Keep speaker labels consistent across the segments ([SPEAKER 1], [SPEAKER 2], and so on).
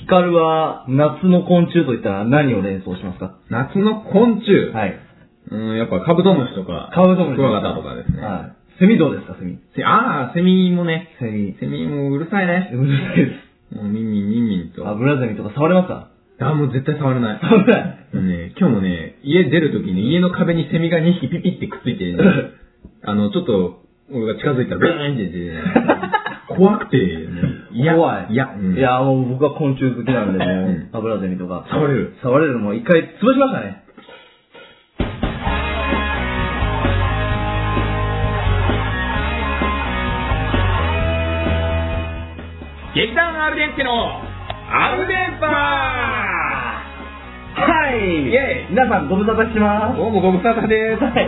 [SPEAKER 1] ヒカルは夏の昆虫といったら何を連想しますか
[SPEAKER 2] 夏の昆虫。
[SPEAKER 1] はい。
[SPEAKER 2] うん、やっぱカブトムシとか、
[SPEAKER 1] カブトムシ。
[SPEAKER 2] クワガタとかですね。
[SPEAKER 1] はい。セミどうですか、セミ。
[SPEAKER 2] せああ、セミもね。
[SPEAKER 1] セミ。
[SPEAKER 2] セミもうるさいね。
[SPEAKER 1] うるさいで
[SPEAKER 2] もうミンミンミンミン
[SPEAKER 1] す。
[SPEAKER 2] と。
[SPEAKER 1] あ、
[SPEAKER 2] あ、
[SPEAKER 1] ブラゼミとか触れますか
[SPEAKER 2] もう絶対触れない。
[SPEAKER 1] 触れない。
[SPEAKER 2] ね、今日もね、家出るときに家の壁にセミが2匹ピピってくっつ いて、あの、ちょっと、俺が近づいたらブーンって出て、怖くて、ね、い や、
[SPEAKER 1] 怖い。
[SPEAKER 2] いや、うん
[SPEAKER 1] いや、もう僕は昆虫好きなんで、
[SPEAKER 2] う
[SPEAKER 1] も
[SPEAKER 2] ん
[SPEAKER 1] う、油ゼミとか。
[SPEAKER 2] 触れる。
[SPEAKER 1] 触れるのも一回潰しましたね。
[SPEAKER 2] 劇団アルデンテの、アルデンパ
[SPEAKER 1] はい
[SPEAKER 2] イェイ
[SPEAKER 1] 皆さんご無沙汰してます。
[SPEAKER 2] どうもご無沙汰で
[SPEAKER 1] は
[SPEAKER 2] す。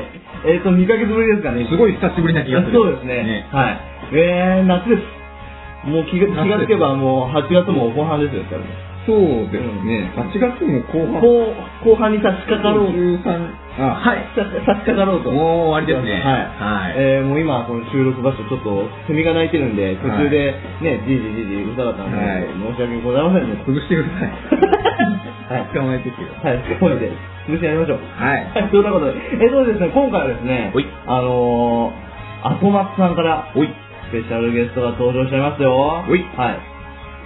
[SPEAKER 1] い。えっと、2ヶ月ぶりですかね。
[SPEAKER 2] すごい久しぶりな気がする。
[SPEAKER 1] そうですね。はい。えー、夏です。もう気が気がつけばもう8月も後半ですよ、からね。
[SPEAKER 2] そうですね。8月も後半。
[SPEAKER 1] 後後半に差し掛かろうと。
[SPEAKER 2] 13あ、はい。
[SPEAKER 1] 差し差し掛かろうと。
[SPEAKER 2] もう終わりですね。
[SPEAKER 1] はい。
[SPEAKER 2] はい。
[SPEAKER 1] えー、もう今、この収録場所、ちょっと、セミが鳴いてるんで、途中で、ね、じいじじいじうるさかったんで、
[SPEAKER 2] はい
[SPEAKER 1] 申し訳ございませんでし
[SPEAKER 2] 潰してくだ
[SPEAKER 1] た。
[SPEAKER 2] さ。
[SPEAKER 1] はい
[SPEAKER 2] 捕まえてきてよ。
[SPEAKER 1] い。はい、そこまで、潰してやりましょう。
[SPEAKER 2] はい。
[SPEAKER 1] はい、ということで、えー、そうですね、今回はですね
[SPEAKER 2] ほい、
[SPEAKER 1] あのー、アトマスさんから、
[SPEAKER 2] おい。
[SPEAKER 1] スペシャルゲストが登場しちゃいますよ。はいはい。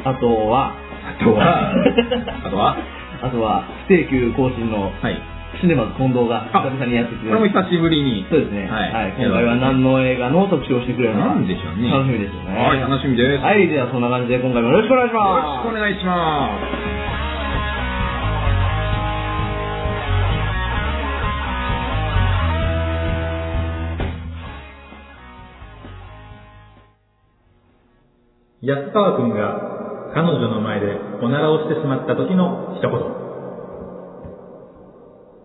[SPEAKER 1] あとは、
[SPEAKER 2] あと は、あと は、
[SPEAKER 1] あとは、不定休更新の
[SPEAKER 2] はい。
[SPEAKER 1] シネマズ近藤が
[SPEAKER 2] あ
[SPEAKER 1] 久々にやってき
[SPEAKER 2] こ
[SPEAKER 1] て
[SPEAKER 2] れも久しぶりに。
[SPEAKER 1] そうですね。
[SPEAKER 2] はい。
[SPEAKER 1] はい。今回は何の映画の特集をしてくれるのか
[SPEAKER 2] なんでしょうね
[SPEAKER 1] 楽しみですよね。
[SPEAKER 2] はい、楽しみです。
[SPEAKER 1] はい、ではそんな感じで今回もよろしくお願いし
[SPEAKER 2] よ
[SPEAKER 1] ます。
[SPEAKER 2] ろしくお願いします。
[SPEAKER 3] 安川君が彼女の前でおならをしてしまった時の一言。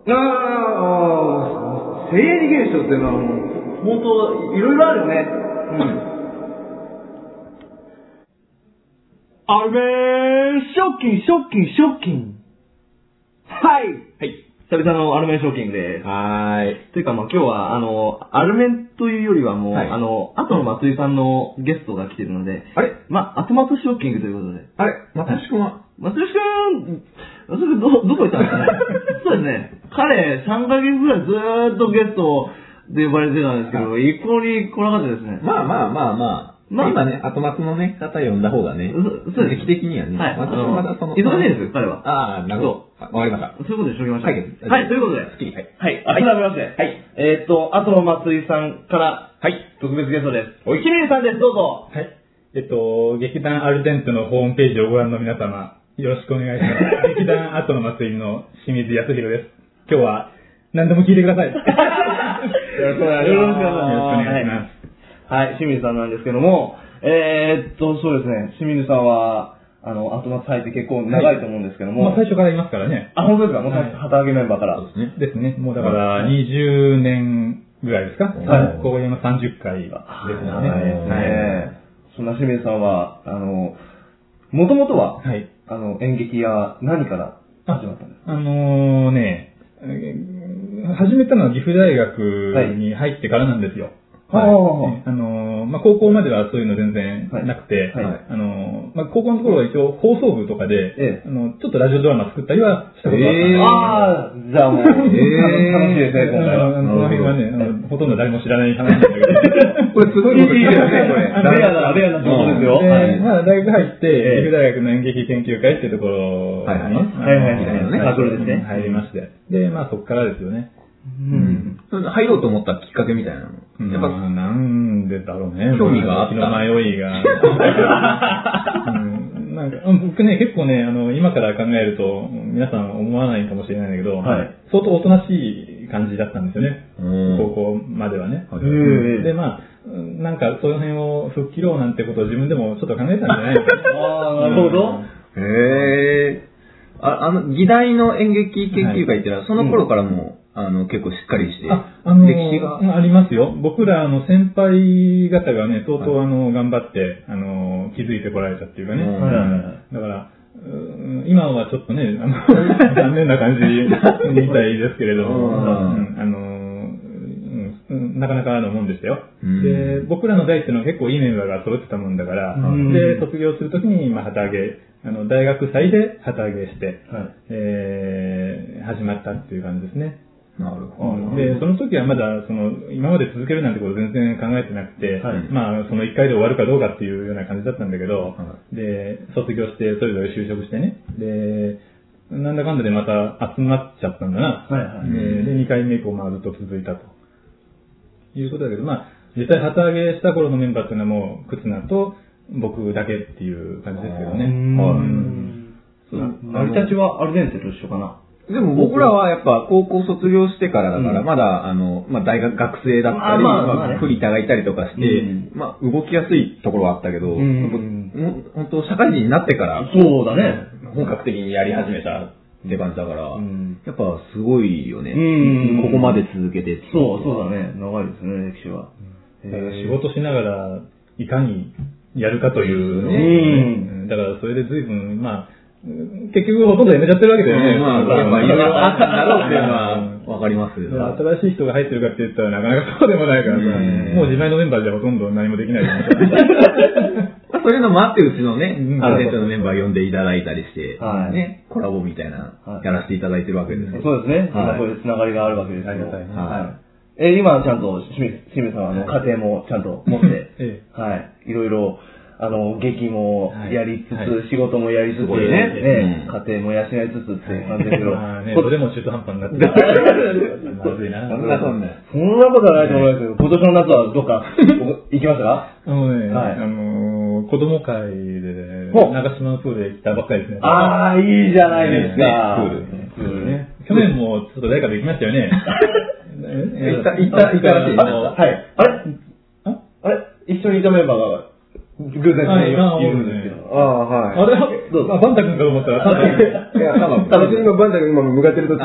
[SPEAKER 1] ああ、生理現象っていうのはもう、本当いろいろあるよね。うん。あれー、ショッキン、ショッキン、ショッキン。はい。
[SPEAKER 2] はい。
[SPEAKER 1] 久々のアルメンショッキングです。
[SPEAKER 2] はーい。
[SPEAKER 1] というか、まあ今日は、あの、アルメンというよりはもう、
[SPEAKER 2] はい
[SPEAKER 1] あの、後の松井さんのゲストが来てるので、
[SPEAKER 2] あれ
[SPEAKER 1] まあ、後松ショッキングということで。
[SPEAKER 2] あれ私くんは
[SPEAKER 1] 松井くん、松井くんど、どこ行ったんですかねそうですね。彼、3ヶ月ぐらいずーっとゲストで呼ばれてたんですけど、一向に来なかったですね。
[SPEAKER 2] まあまあまあまあ。
[SPEAKER 1] まあ
[SPEAKER 2] 今ね、後松のね、方呼んだ方がね、
[SPEAKER 1] そそうです
[SPEAKER 2] 時期的にはね、
[SPEAKER 1] はい
[SPEAKER 2] 私もまだその、
[SPEAKER 1] 忙しいですよ彼は
[SPEAKER 2] ああ、なるほど。あわかりました。
[SPEAKER 1] そういうことでしときましょう。
[SPEAKER 2] はい
[SPEAKER 1] はい、ということで。
[SPEAKER 2] すっきりはい
[SPEAKER 1] はい。改めまして。はい。えーっと、後の松井さんから、
[SPEAKER 2] はい。
[SPEAKER 1] 特別ゲストです。
[SPEAKER 2] はい
[SPEAKER 1] キミルさんです、どうぞ。
[SPEAKER 3] はい。えっと、劇団アルデンテのホームページをご覧の皆様、よろしくお願いします。劇団後の祭りの清水康弘です。今日は何でも聞いてください。よろしく
[SPEAKER 1] よろしくお願いします
[SPEAKER 3] お願いします。よろしくお願いします。
[SPEAKER 1] はい、清水さんなんですけども、えーっと、そうですね、清水さんは、あの、後松入って結構長いと思うんですけども、
[SPEAKER 3] まあ最初から言いますからね。
[SPEAKER 1] あ、本当ですかもう、
[SPEAKER 3] はい
[SPEAKER 1] 旗揚げメンバーから。
[SPEAKER 2] そうですね。
[SPEAKER 3] ですね。もうだから20年ぐらいですか。
[SPEAKER 2] はい
[SPEAKER 3] 公演の30回ですね。
[SPEAKER 1] はいですね。
[SPEAKER 3] はい
[SPEAKER 1] そんな清水さんは、あの、もともとは、
[SPEAKER 3] はい。
[SPEAKER 1] あの、演劇や何から始まったんです
[SPEAKER 3] あのーね、えー始めたのは岐阜大学に入ってからなんですよ。
[SPEAKER 1] か
[SPEAKER 3] はい
[SPEAKER 1] は
[SPEAKER 3] あのーまあ、高校まではそういうの全然
[SPEAKER 1] はい
[SPEAKER 3] なくて、
[SPEAKER 1] はい
[SPEAKER 3] あのーまあ、高校の頃は一応放送部とかで、
[SPEAKER 1] ええ
[SPEAKER 3] あのちょっとラジオドラマ作ったりはしたことがあった
[SPEAKER 1] い。ああ、
[SPEAKER 2] えー
[SPEAKER 3] んです
[SPEAKER 1] じゃあもう、楽しいですね、今回
[SPEAKER 3] あのあのこの
[SPEAKER 1] は。
[SPEAKER 3] 辺はね、あのほとんど誰も知らない話なんだけど。
[SPEAKER 2] これすごいこと聞いてるよね、これ。
[SPEAKER 1] レアな、レアな仕事ですよ。
[SPEAKER 3] で
[SPEAKER 1] はい
[SPEAKER 3] まあ、大学入って、
[SPEAKER 1] ええ
[SPEAKER 3] 岐阜大学の演劇研究会っていうところに、
[SPEAKER 2] はいはい
[SPEAKER 3] あの
[SPEAKER 1] はいはいはい
[SPEAKER 3] あ
[SPEAKER 1] サ
[SPEAKER 3] の
[SPEAKER 1] ークルですね
[SPEAKER 3] 入りまして。で、まあ、そこからですよね。
[SPEAKER 1] うん
[SPEAKER 2] それ入ろうと思ったきっかけみたいなの。やっぱ、
[SPEAKER 3] まあなんでだろうね。
[SPEAKER 2] 興味があった
[SPEAKER 3] 気の迷いが。うんなんかうん僕ね、結構ね、あの、今から考えると、皆さん思わないかもしれないんだけど、
[SPEAKER 1] はい
[SPEAKER 3] 相当おとなしい感じだったんですよね。
[SPEAKER 2] うん
[SPEAKER 3] 高校まではね。
[SPEAKER 2] はい
[SPEAKER 1] うん
[SPEAKER 3] で、まあ、うんなんか、その辺を吹っ切ろうなんてことを自分でもちょっと考えたんじゃないですかね。
[SPEAKER 1] ああ、なるほど。
[SPEAKER 2] へえ。あ、あの、議題の演劇研究会っていうのは、その頃からもう、あの、結構しっかりして、
[SPEAKER 3] あ、あのー
[SPEAKER 2] 歴史が。
[SPEAKER 3] うんありますよ。僕ら、あの、先輩方がね、相
[SPEAKER 2] は
[SPEAKER 3] 当、あの、頑張って、あのー、気づいてこられたっていうかね。
[SPEAKER 2] うん
[SPEAKER 3] うんだから、うん今はちょっとね、あの、 残念な感じみたいですけれども、
[SPEAKER 2] うん
[SPEAKER 3] うんあのー、うんうんなかなかのもんでしたよ。
[SPEAKER 2] うん
[SPEAKER 3] で、僕らの代っていうのは結構いいメンバーが揃ってたもんだから、
[SPEAKER 1] うん
[SPEAKER 3] で、卒業するときに、まあ、旗揚げ、あの、大学祭で旗揚げして、
[SPEAKER 1] はい。
[SPEAKER 3] えー、始まったっていう感じですね。
[SPEAKER 2] なる
[SPEAKER 3] うんで、その時はまだ、その、今まで続けるなんてこと全然考えてなくて、
[SPEAKER 1] はい
[SPEAKER 3] まあ、その1回で終わるかどうかっていうような感じだったんだけど、
[SPEAKER 2] は
[SPEAKER 3] で、卒業して、それぞれ就職してね、で、なんだかんだでまた集まっちゃったんだ
[SPEAKER 1] は
[SPEAKER 3] な、
[SPEAKER 1] いはい
[SPEAKER 3] えーで、2回目以降、まあ、ずっと続いたと。いうことだけど、まあ、実際旗揚げした頃のメンバーっていうのはもう、忽那と僕だけっていう感じですけどね。
[SPEAKER 2] う
[SPEAKER 3] うん
[SPEAKER 1] そう成り立ちはアルデンテと一緒かな。
[SPEAKER 2] でも僕らはやっぱ高校卒業してからだから、
[SPEAKER 1] うん
[SPEAKER 2] まだあの、まあ大学学生だったり、
[SPEAKER 1] まあまあまあね
[SPEAKER 2] フリターがいたりとかして、
[SPEAKER 1] うん
[SPEAKER 2] まあ動きやすいところはあったけど、
[SPEAKER 1] ん
[SPEAKER 2] 本当社会人になってから
[SPEAKER 1] そうだね。
[SPEAKER 2] 本格的にやり始めたって感じだから、
[SPEAKER 1] うん
[SPEAKER 2] やっぱすごいよね。
[SPEAKER 1] うん
[SPEAKER 2] ここまで続けてってい
[SPEAKER 1] そう、そうだね。長いですね、歴史は。
[SPEAKER 3] だから仕事しながら、いかにやるかというの
[SPEAKER 1] うん
[SPEAKER 3] をうんだからそれで随分、まあ、うん結局ほとんど辞めちゃってるわけだよね。
[SPEAKER 2] まあ、やっぱいろいろあったんだろうっていうのはわかりますけど。
[SPEAKER 3] うん新しい人が入ってるかって言ったらなかなかそうでもないから
[SPEAKER 2] う
[SPEAKER 3] さ、
[SPEAKER 2] ん
[SPEAKER 3] もう自前のメンバーじゃほとんど何もできないよね。
[SPEAKER 2] まあ、そういうのもあって、うちのね
[SPEAKER 3] う、ん
[SPEAKER 2] アルデントのメンバー呼んでいただいたりして、
[SPEAKER 1] はい
[SPEAKER 2] ね、コラボみたいな
[SPEAKER 1] は、い
[SPEAKER 2] やらせていただいてるわけですけど、
[SPEAKER 1] そうですね。
[SPEAKER 2] はい
[SPEAKER 1] 今そういうつながりがあるわけです
[SPEAKER 3] ありがたいね
[SPEAKER 1] はい。えー、今ちゃんと清水、清水さんはあの家庭もちゃんと持 って、
[SPEAKER 3] ええ
[SPEAKER 1] はい。いろいろ、あの、劇もやりつつ、
[SPEAKER 3] はい
[SPEAKER 1] 仕事もやりつつ、
[SPEAKER 2] すごいね
[SPEAKER 1] ね、
[SPEAKER 2] うん
[SPEAKER 1] 家庭も養いつつっていう感じだけど、
[SPEAKER 3] まあね、
[SPEAKER 1] こ
[SPEAKER 3] どれも中途半端になってる。まずいな。
[SPEAKER 2] そんなそんな。
[SPEAKER 1] そんなことはないと思いますけど、今年の夏はどっか行きましたか
[SPEAKER 3] あのね、
[SPEAKER 1] はい
[SPEAKER 3] あのー子供会でね、
[SPEAKER 1] ほう
[SPEAKER 3] 長島のプールへ来たばっかりですね。
[SPEAKER 1] ああ、いいじゃないですか。
[SPEAKER 2] ね
[SPEAKER 1] クールね。
[SPEAKER 3] ね去年もちょっと誰かで行きましたよね。
[SPEAKER 2] 行った行った行ったらしい
[SPEAKER 1] あ
[SPEAKER 3] あの
[SPEAKER 1] はい。あれ
[SPEAKER 3] あ
[SPEAKER 1] あれ一緒にいたメンバーが、偶然
[SPEAKER 3] はいあ
[SPEAKER 1] いるんですけど。
[SPEAKER 4] ああ、はい。
[SPEAKER 3] あれは
[SPEAKER 1] どうぞ
[SPEAKER 3] あバンタ君かと思ったら、バンタ
[SPEAKER 4] い
[SPEAKER 3] 君。
[SPEAKER 4] や、多分、私今、バンタ君今向かってる途中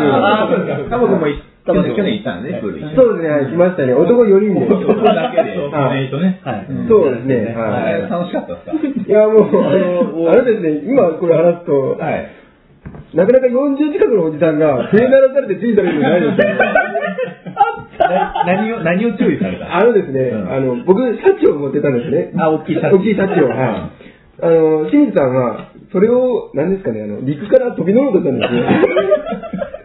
[SPEAKER 4] な
[SPEAKER 2] あ
[SPEAKER 4] んで
[SPEAKER 2] ー、そうですか。タモ君もい去年去年行ったんだね、プール行っ
[SPEAKER 4] すそうですね、来ましたね。男4人で。
[SPEAKER 2] 男だけで
[SPEAKER 3] そうねえっとね。
[SPEAKER 1] はい。
[SPEAKER 4] そうですね、
[SPEAKER 2] た。あれ
[SPEAKER 4] は
[SPEAKER 2] 楽しかったっすか
[SPEAKER 4] い。いや、もう、あの、あれですね、今これ話すと、
[SPEAKER 2] はい。
[SPEAKER 4] なかなか40近くのおじさんが、手ならされてついたりじゃないですね。
[SPEAKER 2] 何を、何を注意された
[SPEAKER 4] あのですね、
[SPEAKER 2] うん
[SPEAKER 4] あの、僕、シャチを持ってたんですね。
[SPEAKER 2] あ大きいシャチ
[SPEAKER 4] 大きいシャチを。はい。あの、清水さんは、それを、何ですかね、あの、陸から飛び乗ろうとしたんですよ。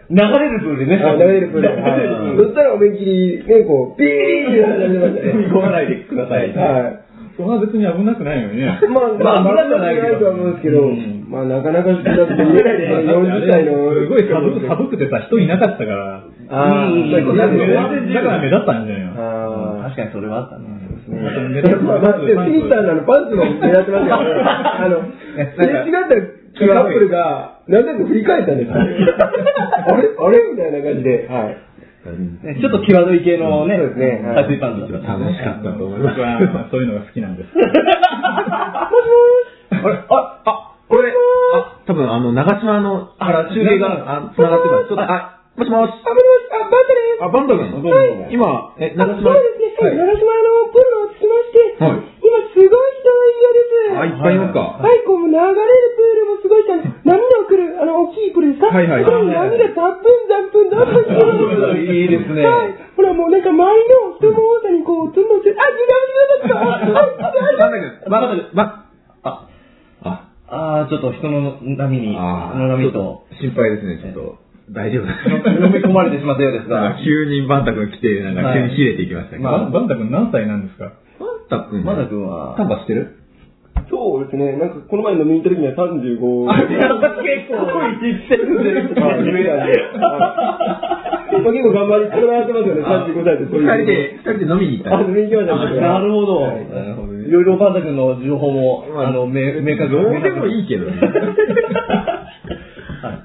[SPEAKER 1] 流れるプールね。
[SPEAKER 4] あ流れるプール。はい。そしたら、おめっきり、ね、こう、ピーってなりましたね。
[SPEAKER 2] 込まないでください。
[SPEAKER 4] はい。
[SPEAKER 3] そんな別に危なくないのにね。
[SPEAKER 4] まあ、まあ、まだないとは思うんですけど、まあ、なかなかだって言えないですね、40歳の。
[SPEAKER 3] すごい寒く寒くてさ、人いなかったから。
[SPEAKER 4] ああ、
[SPEAKER 1] うん
[SPEAKER 4] そう
[SPEAKER 3] だ
[SPEAKER 4] ですね。
[SPEAKER 3] から目立ったんじゃないの。
[SPEAKER 4] ああ。
[SPEAKER 1] 確かにそれはあったね。
[SPEAKER 3] 目立つ
[SPEAKER 4] まあ、だって、ピーターのあのパンツも狙ってましたよね。あの、すれ違ったカップルが、何回も振り返ったん ですよ。あれあれみたいな感じで。はい。
[SPEAKER 1] ねちょっと際どい系のね、
[SPEAKER 4] そうですねはい
[SPEAKER 1] 排水パンツだった。
[SPEAKER 2] 楽しかったと思います。
[SPEAKER 3] 僕はそういうのが好きなんです。
[SPEAKER 2] あれ、あ、あ、これ、あ、多分あの、長島の、から中継が、あ、繋がってます。ちょっと、あ、もしもし。あ、バンタです。あ、バンタ君。今、え、長島。
[SPEAKER 5] そうですね、長島のプロをつきまして、
[SPEAKER 2] はい
[SPEAKER 5] 今すごい人が
[SPEAKER 2] あ、
[SPEAKER 5] い
[SPEAKER 2] いっぱいいま
[SPEAKER 5] るようです。
[SPEAKER 2] すか。
[SPEAKER 5] はい、こう流れるプールもすごいじゃん。波が来る、あの、大きいプールですか
[SPEAKER 2] はいはい
[SPEAKER 5] そこに波がたっぷん、たっぷん、たっぷん来
[SPEAKER 1] い
[SPEAKER 5] る。
[SPEAKER 1] いですね。
[SPEAKER 5] はい。ほら、もうなんか前の人の多さにこう、どんどんつ、あ、違う違う違う。あ、違う。
[SPEAKER 2] バンタ君、バンタ
[SPEAKER 1] あ、あー
[SPEAKER 2] 君、バあ、
[SPEAKER 1] ちょっと人の波に、人
[SPEAKER 2] あ
[SPEAKER 1] の
[SPEAKER 2] ー、
[SPEAKER 1] 波
[SPEAKER 2] ち
[SPEAKER 1] と、
[SPEAKER 2] ょっと心配ですね、ちょっと。大丈夫です
[SPEAKER 1] 飲み込まれてしまったようです
[SPEAKER 2] か。
[SPEAKER 1] が、
[SPEAKER 2] 急にバンタ君来て、なんか急に切れていきましたけど。
[SPEAKER 1] はい
[SPEAKER 2] バ
[SPEAKER 3] バンバンタ君何歳なんですか
[SPEAKER 2] ンタ君、
[SPEAKER 1] まだ君は、
[SPEAKER 2] タンバしてる
[SPEAKER 4] そうですね、なんかこの前飲みに行った時には35。
[SPEAKER 1] 結構いじってるんで
[SPEAKER 4] まあ、夢なんで。はいまあ結構頑張り、車やってますよね、35歳で。
[SPEAKER 2] 二人で、二人で飲みに行った
[SPEAKER 4] あ、
[SPEAKER 2] の
[SPEAKER 4] 飲みに行きましたね。
[SPEAKER 1] なるほど。
[SPEAKER 4] はい
[SPEAKER 1] なるほどねいろいろパンダ君の情報も、あの、明明確
[SPEAKER 2] どうでもいいけどね。
[SPEAKER 1] はい、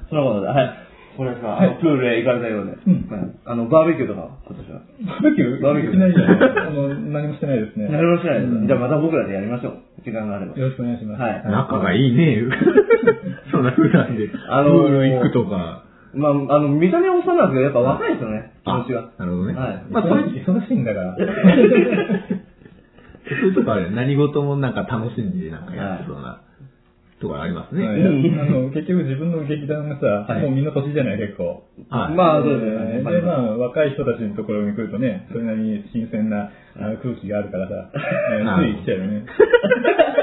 [SPEAKER 1] そんなことで、はい。これさ、あのプールへ行かれたようで、は
[SPEAKER 3] ん
[SPEAKER 1] いあの、バーベキューとか、今年は。
[SPEAKER 3] バーベキュー
[SPEAKER 1] バーベキュー
[SPEAKER 3] しないじゃないあの何もしてないですね。
[SPEAKER 1] やりましょうね
[SPEAKER 3] うん
[SPEAKER 1] じゃあまた僕らでやりましょう。時間があれば。
[SPEAKER 3] よろしくお願いします。
[SPEAKER 1] はい
[SPEAKER 2] 仲がいいね。そんな普段で。
[SPEAKER 1] あのー
[SPEAKER 2] プール行くとか。
[SPEAKER 1] まあ、あの、見た目もそうなんですけど、やっぱ若いですよね、気持ちが。
[SPEAKER 2] なるほどね。
[SPEAKER 1] はい
[SPEAKER 2] まあ、そういう、
[SPEAKER 3] 忙しいんだから。
[SPEAKER 2] そういうとこあるよね何事もなんか楽しんで、なんかやってそうな。とかありますね。
[SPEAKER 3] はい あの結局自分の劇団がさ、
[SPEAKER 2] はい
[SPEAKER 3] もうみんな年じゃない結構。
[SPEAKER 2] はい
[SPEAKER 1] まあそうですねま
[SPEAKER 3] で、
[SPEAKER 1] あ
[SPEAKER 3] まあ、若い人たちのところに来るとね、それなりに新鮮なあの空気があるからさ、えーつい来ちゃうよね。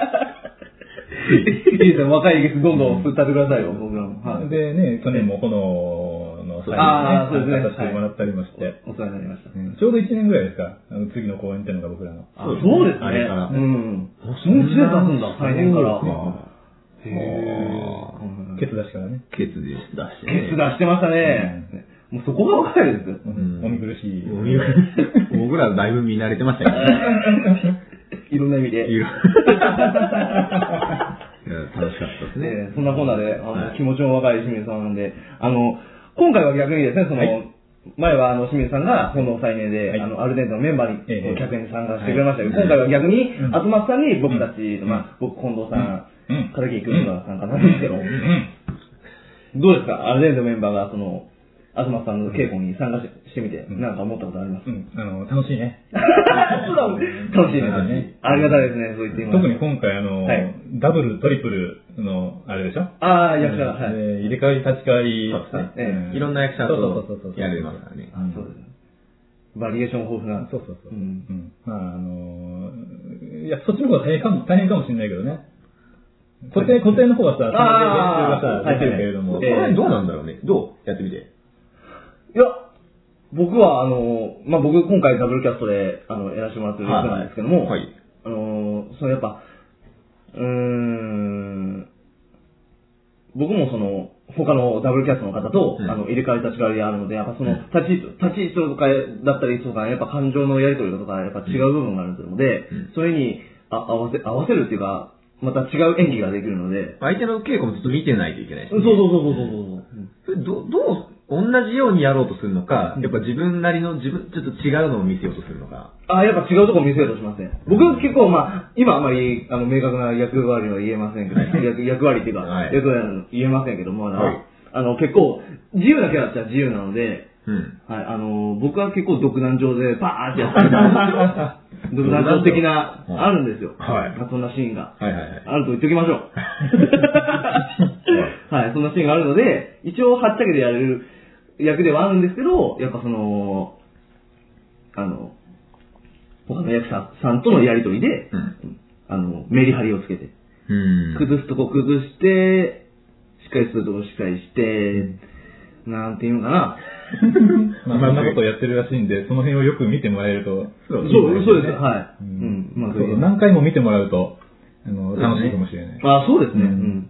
[SPEAKER 1] いいですよ、若いです。どんどん振ったってくださいよ、僕らも。はい。
[SPEAKER 3] でね、去年も炎の祭
[SPEAKER 1] あーそうですね
[SPEAKER 3] させてもらったりもして、
[SPEAKER 1] お世話になりました。
[SPEAKER 3] うんちょうど1年ぐらいですか、あの次の公演ってのが僕らの。
[SPEAKER 1] あそうです
[SPEAKER 2] あ
[SPEAKER 1] ね
[SPEAKER 2] れから。
[SPEAKER 1] うん。もうすぐ経つんだ、来年から。へ
[SPEAKER 2] あ
[SPEAKER 1] ぇ
[SPEAKER 3] ケツ出しからね。
[SPEAKER 2] ーケツで出してね。
[SPEAKER 1] 決断してましたね。もうそこが若いですよ。
[SPEAKER 2] ん
[SPEAKER 3] お見苦しい。
[SPEAKER 2] もう見る僕らだいぶ見慣れてましたけどね。
[SPEAKER 1] いろんな意味で。
[SPEAKER 2] いろいや楽しかったですね。
[SPEAKER 1] ね、そんなこんなで、あの
[SPEAKER 2] はい
[SPEAKER 1] 気持ちの若い清水さんなんで、あの、今回は逆にですね、その、前はあの清水さんが本能再燃で、あのアルデンテのメンバーに、
[SPEAKER 3] ええ
[SPEAKER 1] 客演に参加してくれましたけど、今回は逆に、
[SPEAKER 3] うん
[SPEAKER 1] 東さんに僕たち、まあ、僕、近藤さん、
[SPEAKER 3] うん
[SPEAKER 1] 片桐君が参加なんですけど、
[SPEAKER 3] うん
[SPEAKER 1] どうですかアルデンテのメンバーが、その、東さんの稽古に参加ししてみて、
[SPEAKER 3] ん
[SPEAKER 1] なんか思ったことあります
[SPEAKER 3] うん、あの、楽しいね。
[SPEAKER 1] 楽しい
[SPEAKER 3] そうだ
[SPEAKER 1] ね
[SPEAKER 3] ね。
[SPEAKER 1] ありがたいですね、そう言ってい
[SPEAKER 3] 特
[SPEAKER 1] ます。
[SPEAKER 3] に今回、あの、
[SPEAKER 1] はい
[SPEAKER 3] ダブル、トリプルの、あれでしょ
[SPEAKER 1] ああ、役者が、はい。
[SPEAKER 3] で入れ替わり立ち替わり
[SPEAKER 2] そうです
[SPEAKER 1] ね
[SPEAKER 3] う
[SPEAKER 2] いろんな役者と
[SPEAKER 3] そうそうそうそう
[SPEAKER 2] やれますからね。
[SPEAKER 1] そうですね。バリエーション豊富な。
[SPEAKER 3] そうそうそ
[SPEAKER 1] う
[SPEAKER 3] う、うんんまああのーいやそっちの方が大変かも大変かもしれないけどね固定固定の方はさ
[SPEAKER 1] あー
[SPEAKER 3] その練習がさ出てるけれども、
[SPEAKER 1] は
[SPEAKER 2] こ
[SPEAKER 1] いはい
[SPEAKER 2] れ
[SPEAKER 1] は
[SPEAKER 2] どうなんだろうね。どうやってみて。
[SPEAKER 1] いや、僕は、あの、まあ、僕、今回ダブルキャストで、あの、やらせてもらってる役なんですけども、
[SPEAKER 2] はいはい
[SPEAKER 1] あの、そのやっぱ、うーん、僕もその、他のダブルキャストの方と、
[SPEAKER 2] うん
[SPEAKER 1] あの、入れ替わり立ち替わりがあるので、やっぱその、立ち位置、立ち位置とかだったりとか、やっぱ感情のやり取りとか、やっぱ違う部分があるので、
[SPEAKER 2] うん
[SPEAKER 1] それにあ合わせ、合わせるっていうか、また違う演技ができるので、
[SPEAKER 2] 相手の稽古もちょっと見てないといけないし
[SPEAKER 1] そうそうそうそうそうそう。
[SPEAKER 2] それど、どう、同じようにやろうとするのか、やっぱ自分なりの自分、ちょっと違うのを見せようとするのか。
[SPEAKER 1] あ、やっぱ違うとこ見せようとしません。僕結構まあ、今あまり、あの、明確な役割は言えませんけど、役役割っていうか、
[SPEAKER 2] はい
[SPEAKER 1] 役割は言えませんけども、あの、
[SPEAKER 2] はい
[SPEAKER 1] あの結構、自由なキャラっちゃ自由なので、
[SPEAKER 2] うん。
[SPEAKER 1] はい、あの、僕は結構独断上でバーってや ってる独断上的な、
[SPEAKER 2] はい
[SPEAKER 1] あるんですよ。
[SPEAKER 2] はい
[SPEAKER 1] まあそんなシーンが。
[SPEAKER 2] はいはいはい。
[SPEAKER 1] あると言っておき ましょう。はい、そんなシーンがあるので、一応、はっちゃけでやれる役ではあるんですけど、やっぱその、あの、他の役者さんとのやりとりで、
[SPEAKER 2] うん
[SPEAKER 1] あの、メリハリをつけて、
[SPEAKER 2] うん。
[SPEAKER 1] 崩すとこ崩して、しっかりするとこしっかりして、なんていうのかな。
[SPEAKER 3] まあ、そんなことをやってるらしいんでその辺をよく見てもらえると
[SPEAKER 2] そう
[SPEAKER 1] そうです。はい。う
[SPEAKER 3] うん
[SPEAKER 1] ん、まあ、そう
[SPEAKER 3] そう
[SPEAKER 1] いう
[SPEAKER 3] 何回も見てもらうとあ
[SPEAKER 2] そ
[SPEAKER 3] の
[SPEAKER 2] うですね
[SPEAKER 3] 楽しいかもしれない、
[SPEAKER 1] あそうですね。うん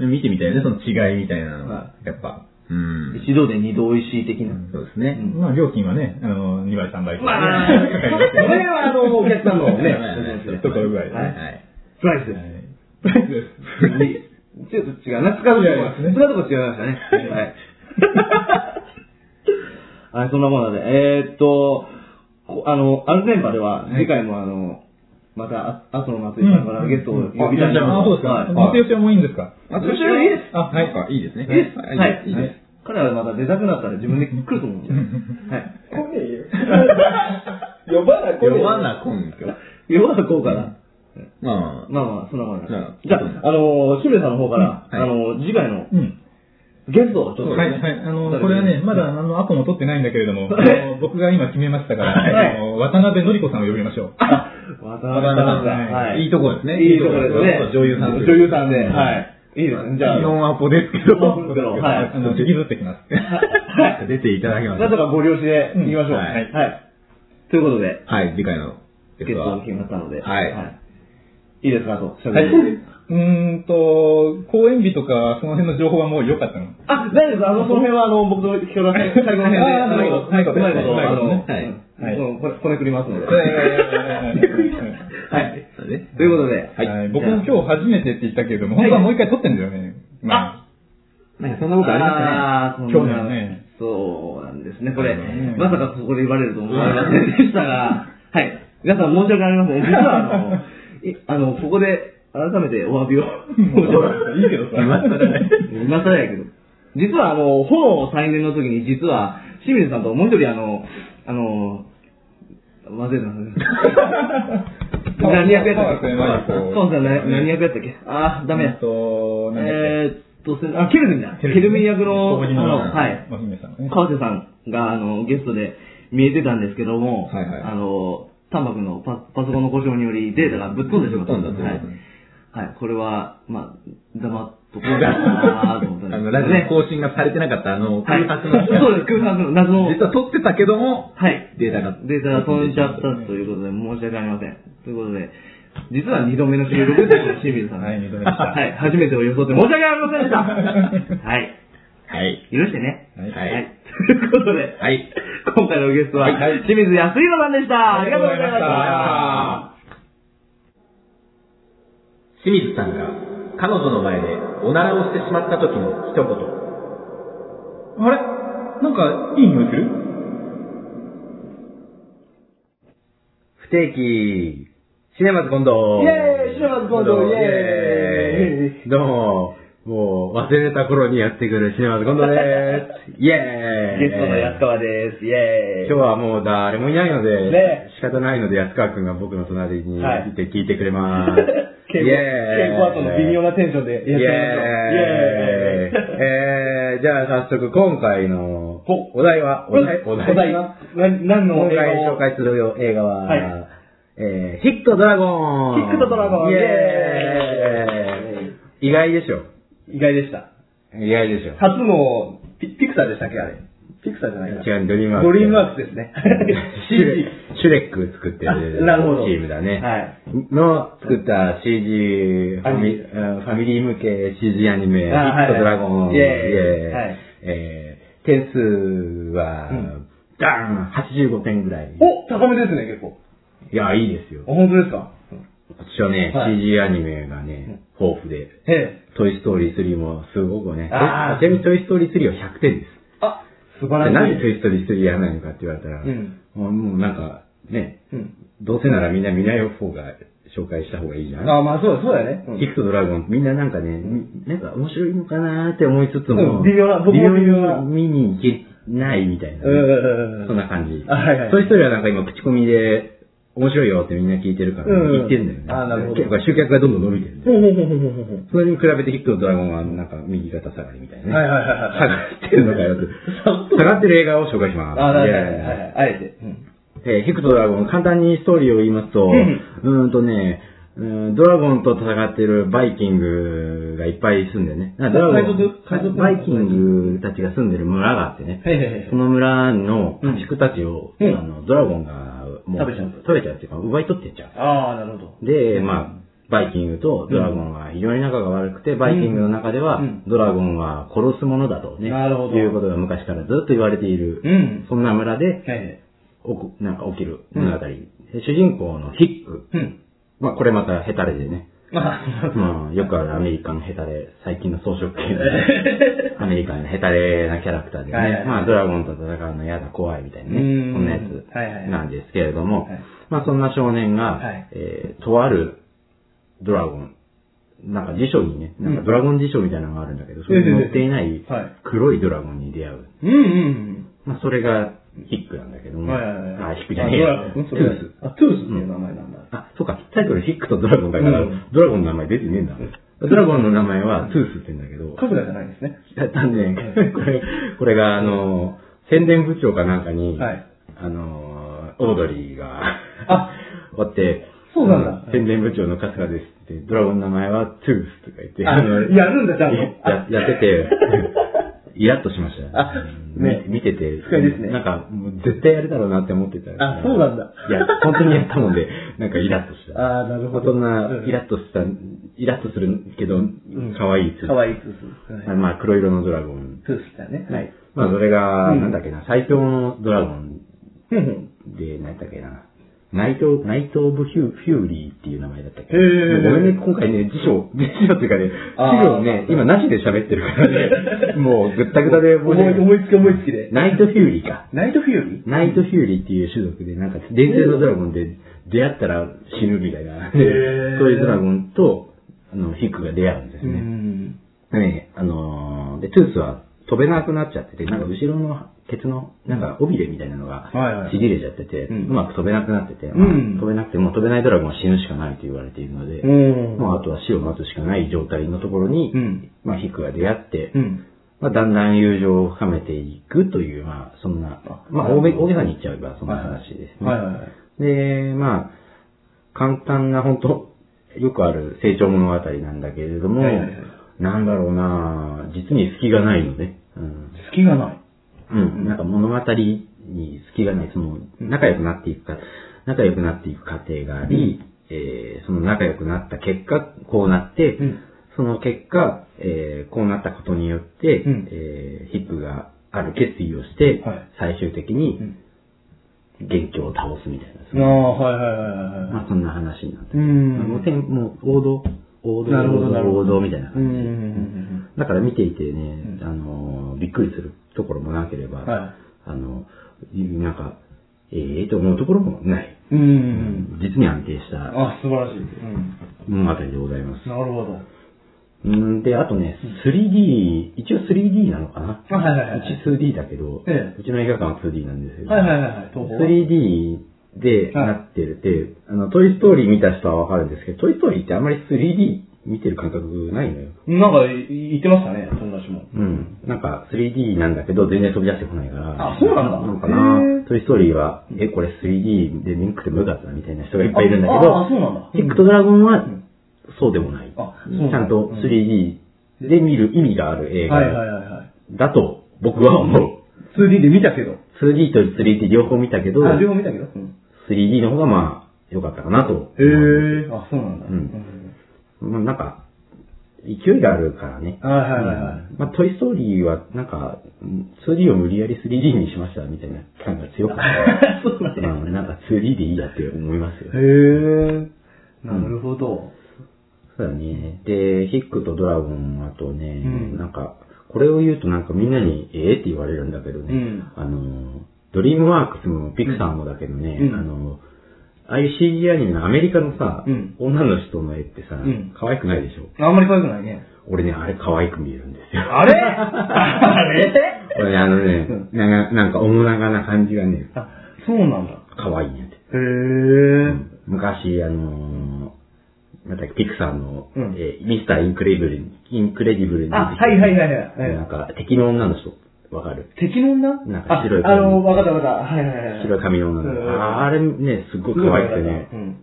[SPEAKER 2] うん。見てみたいよね、その違いみたいなの
[SPEAKER 1] は
[SPEAKER 2] が。やっぱ。うん。
[SPEAKER 1] 一度で二度おいしい的な。
[SPEAKER 2] そうですね。
[SPEAKER 3] まあ料金はねあの2倍3倍と
[SPEAKER 1] まあ、
[SPEAKER 3] か かかりますよ
[SPEAKER 1] それ
[SPEAKER 3] ね
[SPEAKER 1] はあの、お客さんの ね、
[SPEAKER 3] ところぐらいで
[SPEAKER 1] は
[SPEAKER 3] ね、
[SPEAKER 2] はい。
[SPEAKER 1] プライスです
[SPEAKER 3] は。いプライスです
[SPEAKER 1] ちょっと違うな、使うとこ
[SPEAKER 3] いやいや
[SPEAKER 1] 使うとこ違いましたね。はい。はい、そんなもので、えー、っと、こあの、アルゼンバでは、次回もあの、また、あ後の松井さんからゲストを呼びたいと
[SPEAKER 3] あそう
[SPEAKER 1] 思い
[SPEAKER 3] です
[SPEAKER 1] ま
[SPEAKER 3] か
[SPEAKER 1] す。
[SPEAKER 3] 松吉はもういいんですか
[SPEAKER 2] あ、
[SPEAKER 1] それはいいです
[SPEAKER 2] あ、はい。あいいですね。
[SPEAKER 1] いいですはい
[SPEAKER 2] いいです。
[SPEAKER 1] 彼はまた出たくなったら自分で来ると思うんで。はい。
[SPEAKER 4] 来ねえよ。呼ばな来ねえよ。
[SPEAKER 2] 呼ばなこんきょ。
[SPEAKER 1] よはこうから。
[SPEAKER 2] ま
[SPEAKER 1] まあまあ、そんなもんで。
[SPEAKER 2] じ
[SPEAKER 1] じ
[SPEAKER 2] ゃ
[SPEAKER 1] ゃ
[SPEAKER 2] あ
[SPEAKER 1] あ、あの、清水さんの方から、あ
[SPEAKER 2] うんはい
[SPEAKER 1] の、次回の
[SPEAKER 3] うん
[SPEAKER 1] ゲストをちょっと。
[SPEAKER 3] はい、はい。あの、これはね、まだ、あの、アポも取ってないんだけれども、あの僕が今決めましたから、
[SPEAKER 1] はい
[SPEAKER 3] あの渡辺典子さんを呼びましょう。
[SPEAKER 1] 渡
[SPEAKER 2] あ、
[SPEAKER 1] 辺さんが。はい
[SPEAKER 2] いいとこですね。
[SPEAKER 1] いいとこですね。
[SPEAKER 2] 女優さん。
[SPEAKER 1] 女優さんで。はい。いいですね。じゃあ、
[SPEAKER 2] 基本アポですけど、
[SPEAKER 1] そうですよ はい
[SPEAKER 3] あの、引きずってきます。
[SPEAKER 2] 出ていただきま
[SPEAKER 1] なんと
[SPEAKER 2] す
[SPEAKER 1] かご了承でいきましょう。
[SPEAKER 2] うん
[SPEAKER 1] は。
[SPEAKER 2] はいい
[SPEAKER 1] はいということで、
[SPEAKER 2] はい、次回のゲ
[SPEAKER 1] ゲ
[SPEAKER 2] ス
[SPEAKER 1] ス
[SPEAKER 2] ト
[SPEAKER 1] トが
[SPEAKER 2] は。
[SPEAKER 1] 決まったので。
[SPEAKER 2] はい
[SPEAKER 1] いいですか、あと、喋
[SPEAKER 3] はい
[SPEAKER 1] って。。
[SPEAKER 3] うーんと、公演日とか、その辺の情報はもう良かったの。
[SPEAKER 1] あ、大丈夫です。あの、その辺は、あの、僕の今日の最後の辺で、
[SPEAKER 3] あーなるほど
[SPEAKER 1] うまいこと、うまいこと、
[SPEAKER 3] な
[SPEAKER 1] あ
[SPEAKER 3] るほ
[SPEAKER 1] の、
[SPEAKER 3] ど
[SPEAKER 2] はい
[SPEAKER 1] はいうんこれ、こねくりますので。はい。
[SPEAKER 2] そうね
[SPEAKER 1] ということで、
[SPEAKER 2] はい
[SPEAKER 3] はい僕も今日初めてって言ったけれども、本当はもう一回撮ってんだよね。まあ、
[SPEAKER 2] なんかそんなことありま
[SPEAKER 1] あー
[SPEAKER 3] 興味あるね。
[SPEAKER 1] そうなんですね。これ
[SPEAKER 3] う、ん
[SPEAKER 1] まさかここで言われると思いませんでしたが、はい。皆さん申し訳ありません。実はあの、いあの、ここで改めてお詫びを。
[SPEAKER 3] いいけどさ。
[SPEAKER 1] 今更やけど。実はあの、炎再燃の時に実は、清水さんともう一人あの、あの、忘れたんです何役やったっけ
[SPEAKER 3] そうですねまあこう
[SPEAKER 1] そうですね何何役やったっけあー、ダメや
[SPEAKER 3] えっ。と、なんだっけ
[SPEAKER 1] えーっと、せあケルビンだ。ケルビン役の、
[SPEAKER 3] 小
[SPEAKER 1] あ
[SPEAKER 3] 栗の
[SPEAKER 1] の、はい。
[SPEAKER 3] お姫様ね。
[SPEAKER 1] 川瀬さんが、あの、ゲストで見えてたんですけども、
[SPEAKER 2] はいはい
[SPEAKER 1] あの、丹波君のパパソコンの故障によりデータがぶっ飛んでしまった
[SPEAKER 2] ぶっ飛んだ
[SPEAKER 1] はい
[SPEAKER 2] ぶっ。
[SPEAKER 1] はい、これは、まあ、黙っとこうかなと思ったんです
[SPEAKER 2] あの、
[SPEAKER 1] けど
[SPEAKER 2] ラジ
[SPEAKER 1] ね
[SPEAKER 2] オ。更新がされてなかった、あの、
[SPEAKER 1] はい、
[SPEAKER 2] 空白の、
[SPEAKER 1] そうです、空白の謎の、
[SPEAKER 2] 実は撮ってたけども、
[SPEAKER 1] はい、
[SPEAKER 2] データが。
[SPEAKER 1] データが飛んじゃったということで、申し訳ありません。ということで、実は2度目の収録という清水さんで。
[SPEAKER 3] はい二度目でした
[SPEAKER 1] はい、初めてを装って申し訳ありませんでした。はい、
[SPEAKER 2] はい。
[SPEAKER 1] 許してね。
[SPEAKER 2] は。
[SPEAKER 1] はい い。ということで、
[SPEAKER 2] はい。
[SPEAKER 1] 今回のゲストは、
[SPEAKER 2] はい
[SPEAKER 1] 清水康弘さんでした。ありがとうございました。
[SPEAKER 2] 清水さんが彼女の前でおならをしてしまった時の一言。
[SPEAKER 3] あれなんか、いい匂いする
[SPEAKER 2] 不定期、シネマズ今度
[SPEAKER 4] イェーイシネマズ今度イェーイ
[SPEAKER 2] イェーイどうも、もう忘れた頃にやってくるシネマズ今度です。イェーイ
[SPEAKER 1] ゲストの安川です。イェーイ。
[SPEAKER 2] 今日はもう誰もいないので、
[SPEAKER 1] ね
[SPEAKER 2] 仕方ないので安川くんが僕の隣に
[SPEAKER 1] はい
[SPEAKER 2] いて聞いてくれます。
[SPEAKER 1] 健
[SPEAKER 2] イ
[SPEAKER 1] 康
[SPEAKER 2] ェーイ
[SPEAKER 1] 健康後の微妙なテンションでやってみましょう。
[SPEAKER 2] イェ
[SPEAKER 1] イ
[SPEAKER 2] ーイ
[SPEAKER 1] ェーイ。
[SPEAKER 2] えー、じゃあ早速今回の
[SPEAKER 1] お
[SPEAKER 2] お題は、
[SPEAKER 1] お題、お題、な何の
[SPEAKER 2] 今
[SPEAKER 1] 映
[SPEAKER 2] 回
[SPEAKER 1] 画
[SPEAKER 2] 紹
[SPEAKER 1] を
[SPEAKER 2] 介するよ映画は、
[SPEAKER 1] はい
[SPEAKER 2] えー、ヒットドラゴ
[SPEAKER 1] ヒ
[SPEAKER 2] ン
[SPEAKER 1] ットドラゴン
[SPEAKER 2] イエーイ意外でしょ
[SPEAKER 1] 意外でした。
[SPEAKER 2] 意外でしょ
[SPEAKER 1] 初のピピクサーでしたっけあれ。ピクサーじゃないかな。
[SPEAKER 2] 違う、ドリームワーク。
[SPEAKER 1] ドリームワークスです ね。
[SPEAKER 2] シュレシュレック作ってる
[SPEAKER 1] あなるほど
[SPEAKER 2] チームだね。
[SPEAKER 1] はい
[SPEAKER 2] の作った CG フ
[SPEAKER 1] ア
[SPEAKER 2] ァミ
[SPEAKER 1] ニメ
[SPEAKER 2] うんファミリー向け CG アニメ、ヒ
[SPEAKER 1] あはい
[SPEAKER 2] ットドラゴン、
[SPEAKER 1] イエーイ
[SPEAKER 2] イエーイ
[SPEAKER 1] はい
[SPEAKER 2] えー点数は、ダーン !85 点ぐらい。
[SPEAKER 1] お高めですね、結構。
[SPEAKER 2] いや、いいですよ。
[SPEAKER 1] あ本当ですか
[SPEAKER 2] 今年はね、
[SPEAKER 1] はい
[SPEAKER 2] CG アニメがね、豊富で、
[SPEAKER 1] ええ。
[SPEAKER 2] トイ・ストーリー3もすごくね、
[SPEAKER 1] あー
[SPEAKER 2] ちなみにトイ・ストーリー3は100点です。
[SPEAKER 1] あ、素晴ら
[SPEAKER 2] で
[SPEAKER 1] しい。
[SPEAKER 2] なんでトイ・ストーリー3やらないのかって言われたら、
[SPEAKER 1] うん
[SPEAKER 2] もうもうなんか、ね、
[SPEAKER 1] うん。
[SPEAKER 2] どうせならみんな見ない方が紹介した方がいいじゃん。
[SPEAKER 1] あ、まあそうだ、そうだよね。うん
[SPEAKER 2] キクとドラゴン、みんななんかね、みなんか面白いのかなーって思いつつも、
[SPEAKER 1] うん微妙な僕も
[SPEAKER 2] 微妙に
[SPEAKER 1] 微妙な
[SPEAKER 2] 見に行けないみたいな、
[SPEAKER 1] うん
[SPEAKER 2] そんな感じ。
[SPEAKER 1] あはいはい
[SPEAKER 2] そういう人はなんか今、口コミで、面白いよってみんな聞いてるから、
[SPEAKER 1] うん
[SPEAKER 2] 聞いてんだよね。
[SPEAKER 1] あなるほど
[SPEAKER 2] 結構集客がどんどん伸びてるんだ
[SPEAKER 1] ほ
[SPEAKER 2] よ。
[SPEAKER 1] うほうほうほうほうほう
[SPEAKER 2] それに比べてヒットとドラゴンはなんか右肩下がりみたいなね。
[SPEAKER 1] はいはいはいはい
[SPEAKER 2] 下がってるのかよって。下がってる映画を紹介します。
[SPEAKER 1] あ、なる
[SPEAKER 2] イエーイ
[SPEAKER 1] ほど。はいはいあえて。うん
[SPEAKER 2] えーヒクとドラゴン、簡単にストーリーを言いますと、うーんとね、うーんドラゴンと戦ってるバイキングがいっぱい住んでね。ドラゴン
[SPEAKER 1] 海賊海賊
[SPEAKER 2] バイキングたちが住んでる村があってね
[SPEAKER 1] はいはいはい、
[SPEAKER 2] その村の家畜たちを、
[SPEAKER 1] うん
[SPEAKER 2] あのドラゴンがも
[SPEAKER 1] 食べちゃう
[SPEAKER 2] 食べちゃうっていうか、奪い取ってっちゃう。
[SPEAKER 1] ああ、なるほど。
[SPEAKER 2] で、まあ、バイキングとドラゴンは非常に仲が悪くて、バイキングの中では
[SPEAKER 1] うん、
[SPEAKER 2] ドラゴンは殺すものだとね、
[SPEAKER 1] なるほど
[SPEAKER 2] いうことが昔からずっと言われている、
[SPEAKER 1] うん
[SPEAKER 2] そんな村で、
[SPEAKER 1] はいはい。
[SPEAKER 2] おくなんか起きる物語。で主人公のヒック。
[SPEAKER 1] うん。
[SPEAKER 2] まあ、これまたヘタレでね。
[SPEAKER 1] まあ、
[SPEAKER 2] まあ、よくあるアメリカのヘタレ、最近の装飾系 のアメリカのヘタレなキャラクターでね、
[SPEAKER 1] はいはい
[SPEAKER 2] まあ、ドラゴンと戦うの嫌だ、怖いみたいなね、
[SPEAKER 1] う
[SPEAKER 2] こ
[SPEAKER 1] ん
[SPEAKER 2] んなや
[SPEAKER 1] はいはい
[SPEAKER 2] つなんですけれども、
[SPEAKER 1] はい
[SPEAKER 2] まあ、そんな少年が、
[SPEAKER 1] はい
[SPEAKER 2] えーとあるドラゴン、なんか辞書にね、なんかドラゴン辞書みたいなのがあるんだけど、それに載っていない
[SPEAKER 1] はい
[SPEAKER 2] 黒いドラゴンに出会う。
[SPEAKER 1] うんうん
[SPEAKER 2] まあ、それがヒックなんだけど
[SPEAKER 1] うん。
[SPEAKER 2] も、
[SPEAKER 1] はいはいはい。
[SPEAKER 2] あ、ヒックじゃねえや
[SPEAKER 1] あドラゴンそ
[SPEAKER 2] ト
[SPEAKER 1] れ
[SPEAKER 2] ゥース。
[SPEAKER 1] あ、トゥースっていう名前なんだ。
[SPEAKER 2] あ、そうか、タイトルヒックとドラゴンだから、
[SPEAKER 1] うん
[SPEAKER 2] ドラゴンの名前出てねえんだ。ドラゴンの名前はトゥースって言うんだけど、
[SPEAKER 1] カグラじゃないんですね。
[SPEAKER 2] だったんで、これ、これが、あの、宣伝部長かなんかに、
[SPEAKER 1] はい
[SPEAKER 2] あの、オードリーが、
[SPEAKER 1] あ
[SPEAKER 2] おって、
[SPEAKER 1] そうなんだ
[SPEAKER 2] あの宣伝部長の春日ですって、ドラゴンの名前はトゥースとか言って、
[SPEAKER 1] あやるんだちゃんと
[SPEAKER 2] ややって て、イラッとしました。
[SPEAKER 1] あね
[SPEAKER 2] み見てて、
[SPEAKER 1] 不快ですね
[SPEAKER 2] なんか、もう絶対やるだろうなって思ってたら。
[SPEAKER 1] あそうなんだ
[SPEAKER 2] いや、本当にやったもんで、なんかイラッとした。
[SPEAKER 1] ああ、なるほど。
[SPEAKER 2] そんな
[SPEAKER 1] う、ん
[SPEAKER 2] イラッとした、イラッとするけど、可愛いい
[SPEAKER 1] かわいいトゥース。はい
[SPEAKER 2] まあ、黒色のドラゴン。
[SPEAKER 1] トゥースだね。はい。
[SPEAKER 2] まあ、それが、
[SPEAKER 1] うん
[SPEAKER 2] なんだっけな、最強のドラゴン
[SPEAKER 1] ふんふん。
[SPEAKER 2] で、なんだっけな、内藤、内藤部ヒュフューリーっていう名前だったっけど、
[SPEAKER 1] へー
[SPEAKER 2] ごめんね、今回ね、辞書、辞書っていうかね、
[SPEAKER 1] あー
[SPEAKER 2] 資料をね、今なしで喋ってる からね、もうぐったぐたで
[SPEAKER 1] 思い思いつき思いつきで。
[SPEAKER 2] ナイトフューリーか。
[SPEAKER 1] ナイトフューリー
[SPEAKER 2] ナイトフューリーっていう種族で、なんか、伝説のドラゴンで出会ったら死ぬみたいな、そう
[SPEAKER 1] へー
[SPEAKER 2] いうドラゴンと、あの、ヒックが出会うんですね。
[SPEAKER 1] ん。
[SPEAKER 2] ね、あのーで、トゥースは飛べなくなっちゃってて、なんか後ろのケツの、なんか尾びれみたいなのが
[SPEAKER 5] はいはい
[SPEAKER 2] ちぎれちゃってて、う
[SPEAKER 5] うん
[SPEAKER 2] まく飛べなくなってて、
[SPEAKER 5] うん
[SPEAKER 2] まあ飛べなくてもう飛べないドラゴンは死ぬしかないと言われているので、
[SPEAKER 5] うん。
[SPEAKER 2] もうあとは死を待つしかない状態のところに、
[SPEAKER 5] うん。
[SPEAKER 2] まあ、ヒクが出会って、
[SPEAKER 5] うん。
[SPEAKER 2] まあ、だんだん友情を深めていくという、まあ、そんな、まあ、大げ大げさに言っちゃえば、そんな話ですね。
[SPEAKER 5] はいはいはい。
[SPEAKER 2] で、まあ、簡単な、本当よくある成長物語なんだけれども、
[SPEAKER 5] はいはいはい
[SPEAKER 2] なんだろうな実に隙がないのね。うん。
[SPEAKER 5] 隙がない。
[SPEAKER 2] うん。なんか物語に隙がない、その、仲良くなっていくか、仲良くなっていく過程があり、えーその仲良くなった結果、こうなって、
[SPEAKER 5] うん
[SPEAKER 2] その結果、えーこうなったことによって、
[SPEAKER 5] うん
[SPEAKER 2] えーヒップがある決意をして、
[SPEAKER 5] はい
[SPEAKER 2] 最終的に、元凶を倒すみたいな、
[SPEAKER 5] ああ、はいはいはいはい。
[SPEAKER 2] まあそんな話になって
[SPEAKER 5] う
[SPEAKER 2] る。
[SPEAKER 5] ん
[SPEAKER 2] もうてんもう王道、王道、
[SPEAKER 5] なるほどなるほ
[SPEAKER 2] 王道みたいな
[SPEAKER 5] うんうんう
[SPEAKER 2] 感
[SPEAKER 5] ん
[SPEAKER 2] じ。だから見ていてね、あのー、びっくりするところもなければ、
[SPEAKER 5] はい
[SPEAKER 2] あの、なんか、ええと思うところもない。
[SPEAKER 5] うん。うんうん
[SPEAKER 2] 実に安定し
[SPEAKER 5] うん。
[SPEAKER 2] た
[SPEAKER 5] あ、素晴らしい。うん。
[SPEAKER 2] 物語でございます。
[SPEAKER 5] なるほど。
[SPEAKER 2] うん、で、あとね、3D、一応 3D なのかな
[SPEAKER 5] あはいはいはいう
[SPEAKER 2] ち 2D だけど、
[SPEAKER 5] ええ
[SPEAKER 2] うちの映画館は 2D なんですよ。
[SPEAKER 5] はいはいはいはい。東宝。
[SPEAKER 2] 3D で
[SPEAKER 5] はい
[SPEAKER 2] なってるって、あの、トイストーリー見た人はわかるんですけど、トイストーリーってあんまり 3D 見てる感覚ないのよ。
[SPEAKER 5] なんか言ってましたね、友達も。
[SPEAKER 2] うん。なんか 3D なんだけど、全然飛び出してこないから。
[SPEAKER 5] あそうなんだ
[SPEAKER 2] なんかな
[SPEAKER 5] へー、
[SPEAKER 2] トイストーリーは、え、これ 3D で見なくてもよかったみたいな人がいっぱいいるんだけ
[SPEAKER 5] ああ、
[SPEAKER 2] ど、
[SPEAKER 5] そうなんだ。
[SPEAKER 2] テックとドラゴンは、そうでもない。ち
[SPEAKER 5] あそうなんだ
[SPEAKER 2] ゃんと 3D で見る意味がある映
[SPEAKER 5] はいはい
[SPEAKER 2] 画
[SPEAKER 5] はいはい。
[SPEAKER 2] だと僕は思う。
[SPEAKER 5] 2D で見たけど。
[SPEAKER 2] 2D と 3D 両方見たけど、
[SPEAKER 5] あ、両方見たけど。うん。
[SPEAKER 2] 3D の方がまあ、良かったかなと。
[SPEAKER 5] へえ。あ、そうなんだ。
[SPEAKER 2] うんまあ、なんか、勢いがあるからね。
[SPEAKER 5] はいはいはいはい。
[SPEAKER 2] まあ、トイストーリーは、なんか、うん 2D を無理やり 3D にしましたみたいな感が強かった。
[SPEAKER 5] そうなんだ。
[SPEAKER 2] うんなんか 2D でいいやって思いますよ。
[SPEAKER 5] へえ。なるほど。
[SPEAKER 2] そうだね。で、ヒックとドラゴン、あとね、
[SPEAKER 5] うん
[SPEAKER 2] なんか、これを言うとなんかみんなに、ええって言われるんだけどね、
[SPEAKER 5] うん
[SPEAKER 2] あの、ドリームワークスもピクサーもだけどね、
[SPEAKER 5] うん
[SPEAKER 2] あの、ああいう CG アニメのアメリカのさ、
[SPEAKER 5] うん
[SPEAKER 2] 女の人の絵ってさ、
[SPEAKER 5] ん
[SPEAKER 2] 可愛くないでしょ
[SPEAKER 5] あんまり可愛くないね。
[SPEAKER 2] 俺ね、あれ可愛く見えるんですよ。
[SPEAKER 5] あれあれ
[SPEAKER 2] 俺ね、あのね、なんか、なんか、おもながな感じがね、
[SPEAKER 5] あ、そうなんだ。
[SPEAKER 2] 可愛いねって。
[SPEAKER 5] へえ。
[SPEAKER 2] 昔、あのー、なんだっけピクサーの、
[SPEAKER 5] うん
[SPEAKER 2] えーミスターインクレディブルに、インクレディブルに出てきた
[SPEAKER 5] あ、はいはいはいはい
[SPEAKER 2] な
[SPEAKER 5] はい。
[SPEAKER 2] んか、敵の女の人、わかる
[SPEAKER 5] 敵の女
[SPEAKER 2] なんか白い
[SPEAKER 5] あ、あの、わかったわかった。はいはいはい。
[SPEAKER 2] 白い髪の女の
[SPEAKER 5] う
[SPEAKER 2] 人。
[SPEAKER 5] ん
[SPEAKER 2] ああれね、すっごい可愛くてね
[SPEAKER 5] う。ん
[SPEAKER 2] っ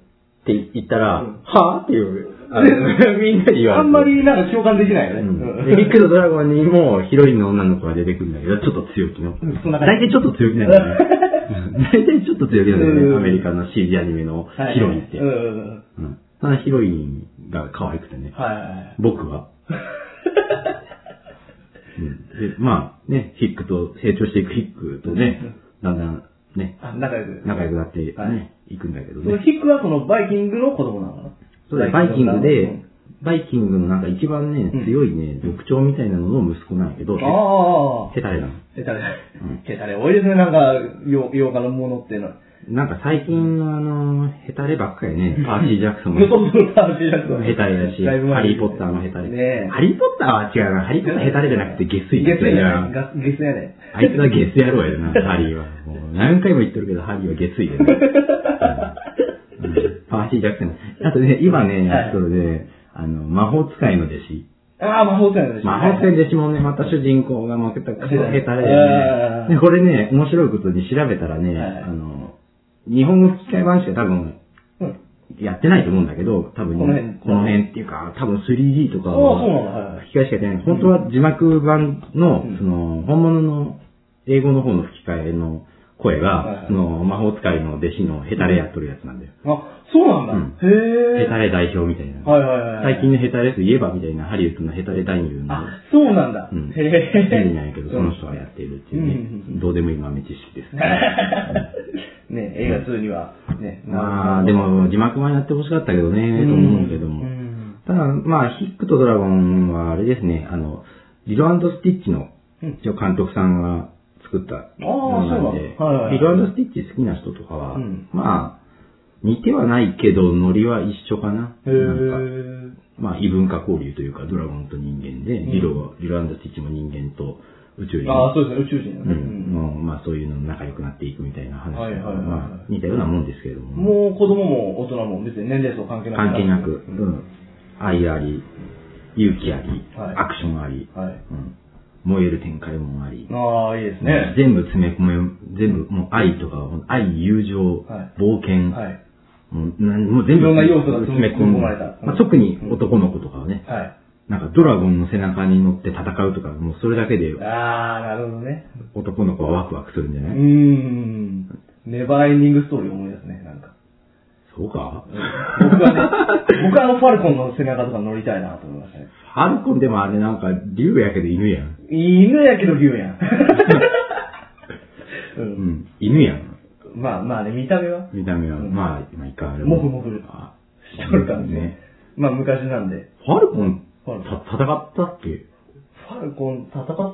[SPEAKER 2] て言ったら、はぁっていう、あの みんなに言われて。
[SPEAKER 5] あんまりなんか共感できないよね。
[SPEAKER 2] うん。で、ビッグとドラゴンにもヒロインの女の子が出てくるんだけど、ちょっと強気の。
[SPEAKER 5] んそんな感
[SPEAKER 2] 大
[SPEAKER 5] じ
[SPEAKER 2] 体ちょっと強気なんだよね。大体ちょっと強気なんだよ
[SPEAKER 5] うん
[SPEAKER 2] ね。アメリカの CG アニメの
[SPEAKER 5] はい
[SPEAKER 2] ヒロインって。
[SPEAKER 5] うんうんうん。
[SPEAKER 2] うん。そのヒロインが可愛くてね。
[SPEAKER 5] はいはいはい。
[SPEAKER 2] 僕 は。うん、でまあね、ヒックと、成長していくヒックとね、だんだんね、
[SPEAKER 5] あ、仲良く。
[SPEAKER 2] 仲良くなってね、
[SPEAKER 5] はい
[SPEAKER 2] い、くんだけど
[SPEAKER 5] その
[SPEAKER 2] ね。
[SPEAKER 5] ヒックはそのバイキングの子供なのかな
[SPEAKER 2] そうだよバイキング
[SPEAKER 5] う
[SPEAKER 2] で
[SPEAKER 5] ん、
[SPEAKER 2] バイキングのなんか一番ね
[SPEAKER 5] うん、
[SPEAKER 2] 強いね、族長みたいなのの息子なんやけど、
[SPEAKER 5] ああああ。
[SPEAKER 2] ヘタレなの。
[SPEAKER 5] ヘタレ
[SPEAKER 2] ん。
[SPEAKER 5] ヘタレ多いですね、なんか、よ洋画のものっていうのは。
[SPEAKER 2] なんか最近のあの、ヘタレばっかり ね、パーシー・ジャクソン
[SPEAKER 5] 向こ
[SPEAKER 2] も
[SPEAKER 5] うのパーティーだと。
[SPEAKER 2] ヘタレだし、
[SPEAKER 5] だいぶ前
[SPEAKER 2] ハリー・ポッターのヘタレ。
[SPEAKER 5] ねえ
[SPEAKER 2] ハリー・ポッターは違うな、ハリー・ポッターヘタレじゃなくて下水
[SPEAKER 5] ゲスや
[SPEAKER 2] な
[SPEAKER 5] ね。ガゲスやね。
[SPEAKER 2] あいつはゲス野郎や な、ハリーは。もう何回も言ってるけど、ハリーはゲスいでね。うんうんパーシー・ジャクソン。あとね、今ね、
[SPEAKER 5] はい
[SPEAKER 2] あとね、あの、魔法使いの弟子。
[SPEAKER 5] ああ、魔法使いの弟子
[SPEAKER 2] 魔法使いの弟子もね、また主人公が負けたクソヘタレ
[SPEAKER 5] は
[SPEAKER 2] で
[SPEAKER 5] い
[SPEAKER 2] ね。で、これね、面白いことに調べたらね、
[SPEAKER 5] はい
[SPEAKER 2] あの、日本語吹き替え版しか多分、
[SPEAKER 5] うん
[SPEAKER 2] やってないと思うんだけど、多分、
[SPEAKER 5] この辺
[SPEAKER 2] この辺っていうか、多分 3D とか
[SPEAKER 5] ああ、
[SPEAKER 2] は
[SPEAKER 5] そうなんだ。はいはい
[SPEAKER 2] 吹き替えしかやってない。本当は字幕版の、
[SPEAKER 5] うん
[SPEAKER 2] その、本物の英語の方の吹き替えの声
[SPEAKER 5] はいはい
[SPEAKER 2] が、その、魔法使いの弟子のヘタレやっとるやつなんだよ。
[SPEAKER 5] あ、そうなんだ。へえ。
[SPEAKER 2] ヘタレ代表みたいな。
[SPEAKER 5] はいはいはい。
[SPEAKER 2] 最近のヘタレといえばみたいな、ハリウッドのヘタレ男優の、
[SPEAKER 5] あ、そうなんだ。
[SPEAKER 2] うん。
[SPEAKER 5] へえ。
[SPEAKER 2] テレビなんやけど、その人がやっているっていうね、
[SPEAKER 5] うん
[SPEAKER 2] どうでもいい豆知識です。
[SPEAKER 5] ね、 映画2には、ね。
[SPEAKER 2] まあ、でも、字幕版やってほしかったけどね、と思うけども。
[SPEAKER 5] うん
[SPEAKER 2] ただ、まあ、ヒックとドラゴンはあれですね、あの、リロスティッチの、
[SPEAKER 5] うん
[SPEAKER 2] 一応監督さんが作ったものなんで、
[SPEAKER 5] あーそうなんだはいはいは
[SPEAKER 2] リ
[SPEAKER 5] い
[SPEAKER 2] ロスティッチ好きな人とかは、
[SPEAKER 5] うん
[SPEAKER 2] まあ、似てはないけど、ノリは一緒かな。
[SPEAKER 5] へ
[SPEAKER 2] なんか
[SPEAKER 5] え。
[SPEAKER 2] まあ、異文化交流というか、ドラゴンと人間で、リロ、リロスティッチも人間と宇宙人。
[SPEAKER 5] ああ、そうですね、宇宙人、
[SPEAKER 2] う
[SPEAKER 5] ね
[SPEAKER 2] ん。もう、まあそういうの仲良くなっていくみたいな話。
[SPEAKER 5] はいはいはいはい
[SPEAKER 2] まあ似たようなもんですけれども。
[SPEAKER 5] もう子供も大人も別に年齢層関係なく。
[SPEAKER 2] 関係なく、うん。愛あり、勇気あり、
[SPEAKER 5] はい
[SPEAKER 2] アクションあり、
[SPEAKER 5] はい。
[SPEAKER 2] うん。燃える展開もあり。
[SPEAKER 5] ああ、いいですね。
[SPEAKER 2] 全部詰め込め、全部、もう愛とか、愛、友情、
[SPEAKER 5] はい
[SPEAKER 2] 冒険、
[SPEAKER 5] はい。
[SPEAKER 2] もうなんもう全
[SPEAKER 5] い
[SPEAKER 2] 部
[SPEAKER 5] ろんな要素が
[SPEAKER 2] 詰め込
[SPEAKER 5] 詰め込
[SPEAKER 2] ん
[SPEAKER 5] まれた
[SPEAKER 2] だ。まあ、特に男の子とかはね、
[SPEAKER 5] はい。
[SPEAKER 2] なんかドラゴンの背中に乗って戦うとか、もうそれだけで
[SPEAKER 5] ああ、なるほどね。
[SPEAKER 2] 男の子はワクワクするんじゃ
[SPEAKER 5] う
[SPEAKER 2] ない、
[SPEAKER 5] ーん。ネバーエンディングストーリー思い出すね、なんか。
[SPEAKER 2] そうか
[SPEAKER 5] 僕はね、僕はあのファルコンの背中とか乗りたいなと思いましたね。
[SPEAKER 2] ハルコンでもあれなんか竜やけど犬やん。
[SPEAKER 5] 犬やけど牛やん。う
[SPEAKER 2] うんん、犬やん。
[SPEAKER 5] まあまあね、見た目は。
[SPEAKER 2] 見た目は、
[SPEAKER 5] うん
[SPEAKER 2] まあ、まあいかあれ
[SPEAKER 5] もふもふ
[SPEAKER 2] あ
[SPEAKER 5] しとる感じね
[SPEAKER 2] ね。
[SPEAKER 5] まあ昔なんで。
[SPEAKER 2] ハルコン、
[SPEAKER 5] ハルコ
[SPEAKER 2] た戦ったっけ
[SPEAKER 5] ファルコン戦ったかな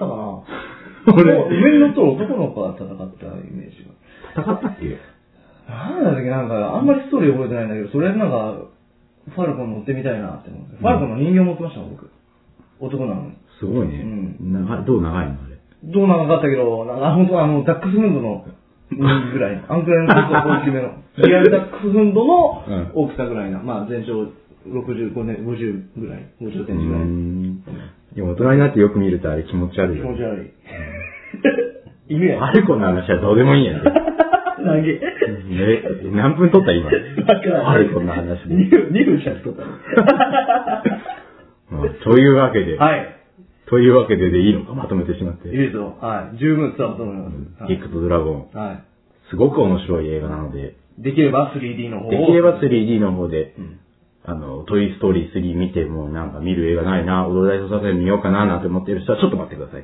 [SPEAKER 2] 俺
[SPEAKER 5] 上に乗っとる男の子が戦ったイメージが。
[SPEAKER 2] 戦ったっけ
[SPEAKER 5] なんだっけ、なんか、あんまりストーリー覚えてないんだけど、それなんか、ファルコン乗ってみたいなって思って。ファルコンの人形持ってましたもん、僕。男なのに。
[SPEAKER 2] すごいね。
[SPEAKER 5] うん
[SPEAKER 2] 長いどう長いのあれ。
[SPEAKER 5] どうなのかったけど、なんか、本当あの、ダックスフンドの、ぐらいの。あんくらいの、ちょっと大きめの。リアルダックスフンドの
[SPEAKER 2] うん
[SPEAKER 5] 大きさぐらいな。まあ、全長65年、50ぐらい。50センチぐらい。
[SPEAKER 2] いや、大人になってよく見るとあれ気持ち悪い
[SPEAKER 5] 気
[SPEAKER 2] よ
[SPEAKER 5] 持ち
[SPEAKER 2] ね。
[SPEAKER 5] 悪い。イメー
[SPEAKER 2] ハルコンの話はどうでもいいんやね。
[SPEAKER 5] ジ。 投げ。
[SPEAKER 2] え、何分撮った今。ハルコンの話で。
[SPEAKER 5] 2分、2分しか取った。
[SPEAKER 2] うんというわけで、
[SPEAKER 5] はい。
[SPEAKER 2] というわけででいいのか、まとめてしまって。
[SPEAKER 5] いいですよ。はい。十分伝わったと思います。はい
[SPEAKER 2] キックとドラゴン、
[SPEAKER 5] は
[SPEAKER 2] すごく面白い映画なので、
[SPEAKER 5] い。できれば 3D の方を。
[SPEAKER 2] できれば 3D の方で、
[SPEAKER 5] ん
[SPEAKER 2] あの、トイストーリー3見てもなんか見る映画ないな、踊り大捜査線見ようかななんて思ってる人はちょっと待ってください。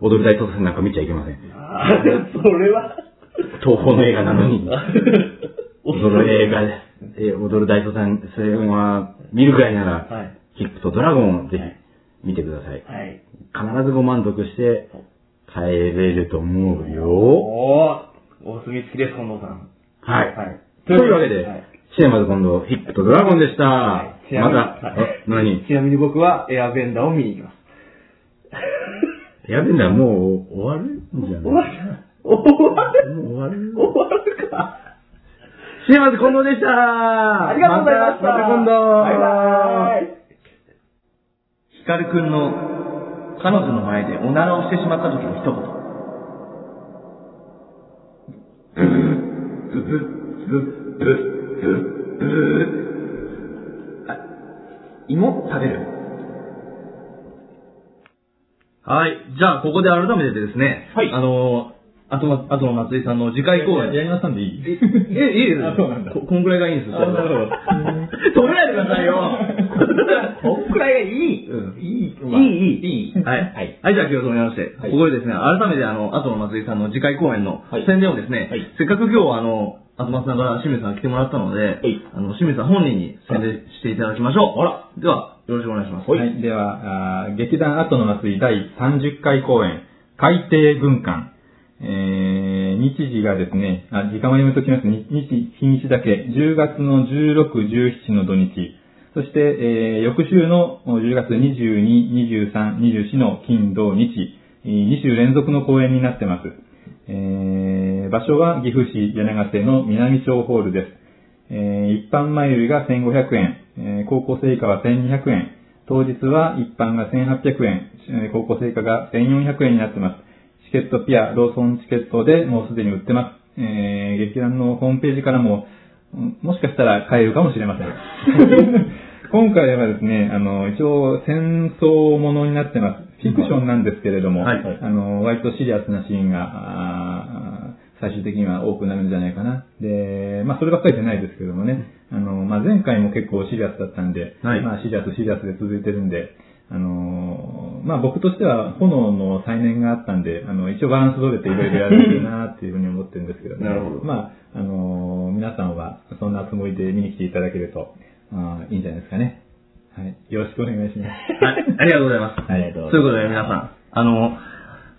[SPEAKER 2] 踊り大捜査線なんか見ちゃいけません。
[SPEAKER 5] あーそれは。
[SPEAKER 2] 東宝の映画なのに、 踊る映画で、え踊る大捜査線は見るぐらいなら、
[SPEAKER 5] はい。
[SPEAKER 2] キックとドラゴンをぜひ見てください。
[SPEAKER 5] はい。
[SPEAKER 2] 必ずご満足して帰れると思うよ。
[SPEAKER 5] おー、お墨付きです、近藤さん。
[SPEAKER 2] はい。
[SPEAKER 5] はい。
[SPEAKER 2] というわけで、
[SPEAKER 5] はい
[SPEAKER 2] シネマズ今度、ヒップとドラゴンでした。
[SPEAKER 5] ち
[SPEAKER 2] ま
[SPEAKER 5] なみに
[SPEAKER 2] た、
[SPEAKER 5] は
[SPEAKER 2] あ
[SPEAKER 5] い
[SPEAKER 2] 何
[SPEAKER 5] ちなみに僕はエアベンダーを見に行きます。
[SPEAKER 2] やべえんだ、もう終わるんじゃ
[SPEAKER 5] 終わ
[SPEAKER 2] ない
[SPEAKER 5] る終わる
[SPEAKER 2] もう終わる
[SPEAKER 5] 終わるか。
[SPEAKER 2] シネマズ近藤でしたあ
[SPEAKER 5] ありがとうございました。
[SPEAKER 2] また今度
[SPEAKER 5] バイバーイ。
[SPEAKER 6] ヒカルくんの彼女の前でおならをしてしまった時の一言。あ芋食べる
[SPEAKER 1] はい。じゃあ、ここで改めてですね。はい。あのー、あとま、あとの松井さんの次回公演。
[SPEAKER 3] やりましたんでいい
[SPEAKER 1] え、いいです
[SPEAKER 3] あそうなんだ
[SPEAKER 1] ここんぐらいがいいんですよ。なるほど。止めないでください よ。こんぐらいがいい。うん。いい。いい、いい。はい。はい。じゃあ、今日止めまして、ここでですね、改めて、あの、あとの松井さんの次回公演の宣伝をですね、せっかく今日、あの、あと松さんから清水さんが来てもらったので、あの、清水さん本人に宣伝していただきましょう。あら。では、よろしくお願いします。
[SPEAKER 3] はい。では、あー劇団後の祭り第30回公演、海底軍艦。えー、日時がですね、あ、時間はやめときます。日日、日にちだけ。10月の16、17の土日。そして、えー、翌週の10月22、23、24の金、土、日。2週連続の公演になってます。えー、場所は岐阜市柳ヶ瀬の南町ホールです。えー一般前売りが1500円、えー高校生以下は1200円、当日は一般が1800円、えー高校生以下が1400円になってます。チケットピア、ローソンチケットでもうすでに売ってます。えー劇団のホームページからも、うんもしかしたら買えるかもしれません。 今回はですね、あの、一応戦争ものになってます。フィクションなんですけれども、
[SPEAKER 1] はいはい
[SPEAKER 3] あの、割とシリアスなシーンが、あー最終的には多くなるんじゃないかな。で、まあそればっかりじゃないですけどもね、あの、まあ前回も結構シリアスだったんで、
[SPEAKER 1] はい
[SPEAKER 3] まあシリアスシリアスで続いてるんで、あのーまあ僕としては炎の再燃があったんで、あの、一応バランス取れていろいろやれてるなっていうふうに思ってるんですけど、ね、
[SPEAKER 1] なるほど
[SPEAKER 3] まあ、あのー皆さんはそんなつもりで見に来ていただけると、あーいいんじゃないですかね。はい。よろしくお願いします。
[SPEAKER 1] はい、 ありがとうございます。
[SPEAKER 3] ありがとうございます
[SPEAKER 1] ということで皆さん、あの、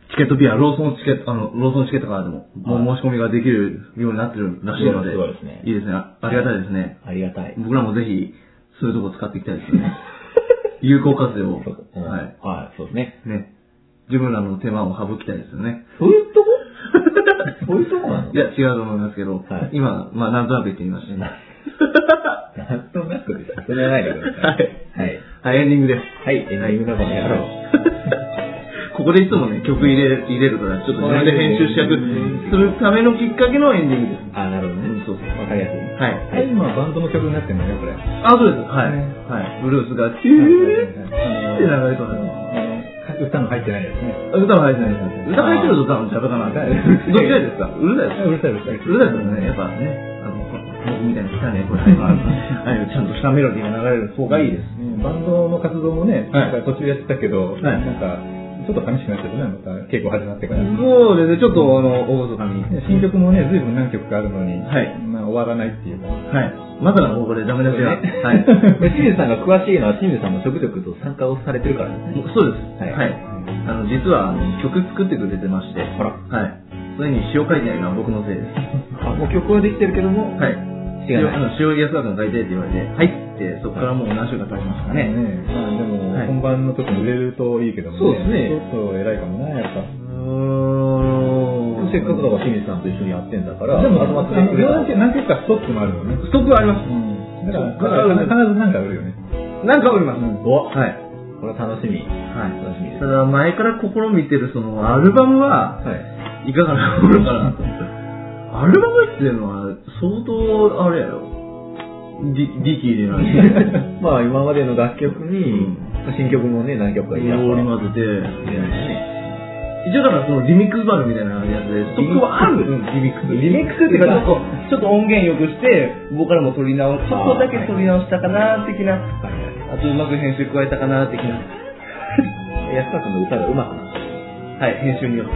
[SPEAKER 1] チケットピア、ローソンチケット、あの、ローソンチケットからでも、もう申し込みができるようになってるらしいので、
[SPEAKER 6] すごいですね
[SPEAKER 1] いいですね。あありがたいですね。
[SPEAKER 6] ありがたい。
[SPEAKER 1] 僕らもぜひ、そういう とこ使っていきたいですね。有効活用を。
[SPEAKER 6] うん
[SPEAKER 1] はい。
[SPEAKER 6] はい、そうですね。
[SPEAKER 1] ね。自分らの手間を省きたいですよね。
[SPEAKER 2] そういうとこそういうとこなの
[SPEAKER 1] いや、違うと思いますけど、
[SPEAKER 2] はい
[SPEAKER 1] 今、まあ、なんとなく言ってみました。
[SPEAKER 2] なんとなくです。それはないでください。はい。
[SPEAKER 1] はい、エンディングです。
[SPEAKER 2] はい、エンディングだからやろう。
[SPEAKER 1] ここでいつもね、曲入れ、入れるから、ちょっと自分で編集し役するためのきっかけのエンディングです。
[SPEAKER 2] あ、なるほどね。
[SPEAKER 1] うん、そうそう。
[SPEAKER 2] わかりやすい。
[SPEAKER 1] はい。
[SPEAKER 2] はい
[SPEAKER 3] 今はバンドの曲になってんだね、これ。
[SPEAKER 1] あ、そうです。はい。はい。ブルースが、キューって流れそうな。
[SPEAKER 3] 歌の入ってないやつね。
[SPEAKER 1] 歌は入ってないです。歌が入ってると多分邪魔かな。どっちがいいですかうるさいです。
[SPEAKER 3] うるさい、うる
[SPEAKER 1] うるさい
[SPEAKER 3] さい。
[SPEAKER 1] ですよね。やっぱね、あの、僕みたいに汚い声とか、 ああいうちゃんとしたメロディーが流れる方がいいです。
[SPEAKER 3] うんバンドの活動もね、
[SPEAKER 1] はい
[SPEAKER 3] なんか途中やってたけど、
[SPEAKER 1] い
[SPEAKER 3] なんか、ちょっと寂しくなっちゃったね、また稽古始まってから。
[SPEAKER 1] そうですね、ちょっとあの、大ごそかに。
[SPEAKER 3] で新曲もね、ずいぶん何曲かあるのに、
[SPEAKER 1] はい
[SPEAKER 3] まあ終わらないっていうか。
[SPEAKER 1] はい。まさかの方向でダメ出しが。はい。
[SPEAKER 2] で清水さんが詳しいのは清水さんもちょくちょくと参加をされてるからですね。
[SPEAKER 1] そうです。は。あの、
[SPEAKER 2] はいい
[SPEAKER 1] 実はあの曲作ってくれてまして。
[SPEAKER 2] ほら
[SPEAKER 1] はい。それに詞を書いてないのは僕のせいです。
[SPEAKER 2] あ、もう曲はできてるけども、
[SPEAKER 1] はい。
[SPEAKER 2] 違うない。
[SPEAKER 1] 塩安田君書いてって言われて、はいって、そこからもう何週間経ちましたか
[SPEAKER 3] ね
[SPEAKER 1] ね。
[SPEAKER 3] まあでも、
[SPEAKER 1] はい
[SPEAKER 3] 本番の時に売れるといいけども
[SPEAKER 2] そうですね
[SPEAKER 3] ちょっと偉いかもな、やっぱ。
[SPEAKER 1] うーん。
[SPEAKER 2] せっかくだから清水さんと一緒にやってんだから、
[SPEAKER 3] でも、あ
[SPEAKER 2] 集まっ
[SPEAKER 3] の
[SPEAKER 2] てくれた
[SPEAKER 3] 何曲何曲かストックもあるもんね。
[SPEAKER 1] ストックはあります。
[SPEAKER 3] だから、だから必ず何か売るよね。
[SPEAKER 1] なんかあります。
[SPEAKER 2] おこ
[SPEAKER 1] はい。
[SPEAKER 2] れは楽しみ。
[SPEAKER 1] は
[SPEAKER 2] 楽しみ
[SPEAKER 1] い。
[SPEAKER 2] で
[SPEAKER 1] た。
[SPEAKER 2] す
[SPEAKER 1] だ、前から試みてるその、アルバムは、
[SPEAKER 2] はい。
[SPEAKER 1] いかがなものかなと。アルバムっていうのは、相当、あれやろ。ディ、ディキーでなに。
[SPEAKER 2] まあ今までの楽曲に、新曲もね、何曲か
[SPEAKER 1] 織
[SPEAKER 2] 入れた
[SPEAKER 1] り
[SPEAKER 2] から
[SPEAKER 1] 交ぜて、
[SPEAKER 2] 入れない
[SPEAKER 1] 一
[SPEAKER 2] しね。
[SPEAKER 1] 応だからそのリミックスバルみたいなやつで、ストックはあるリミックス。
[SPEAKER 2] リミックスっていうか、ちょっと、ちょっと音源良くして、僕からも撮り直す、ちょっとだけ撮り直したかな、的な。あとうまく編集加えたかな、的な。 安田君の歌がうまくなった。
[SPEAKER 1] はい、編集によって。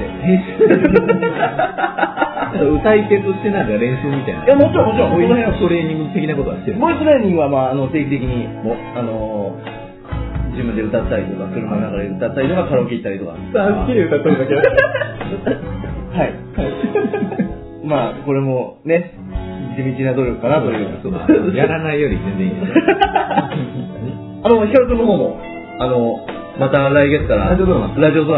[SPEAKER 2] 歌い手としてなんか練習みたいな。
[SPEAKER 1] いやもちろんもちろん
[SPEAKER 2] そういうトレーニング的なことはしてる。
[SPEAKER 1] ボイスライニングは、まあ、あの定期的にも、あの自分で歌ったりとか、車の中で歌ったりとか、カラオケ行ったりとか。
[SPEAKER 3] さ っきり歌っとるだけだ
[SPEAKER 1] はい。まあ、これもね、地道な努力かなという。
[SPEAKER 2] やらないより全然いいです。
[SPEAKER 1] あの、ヒカル君の方も、あの、また来月から、ラジオドラ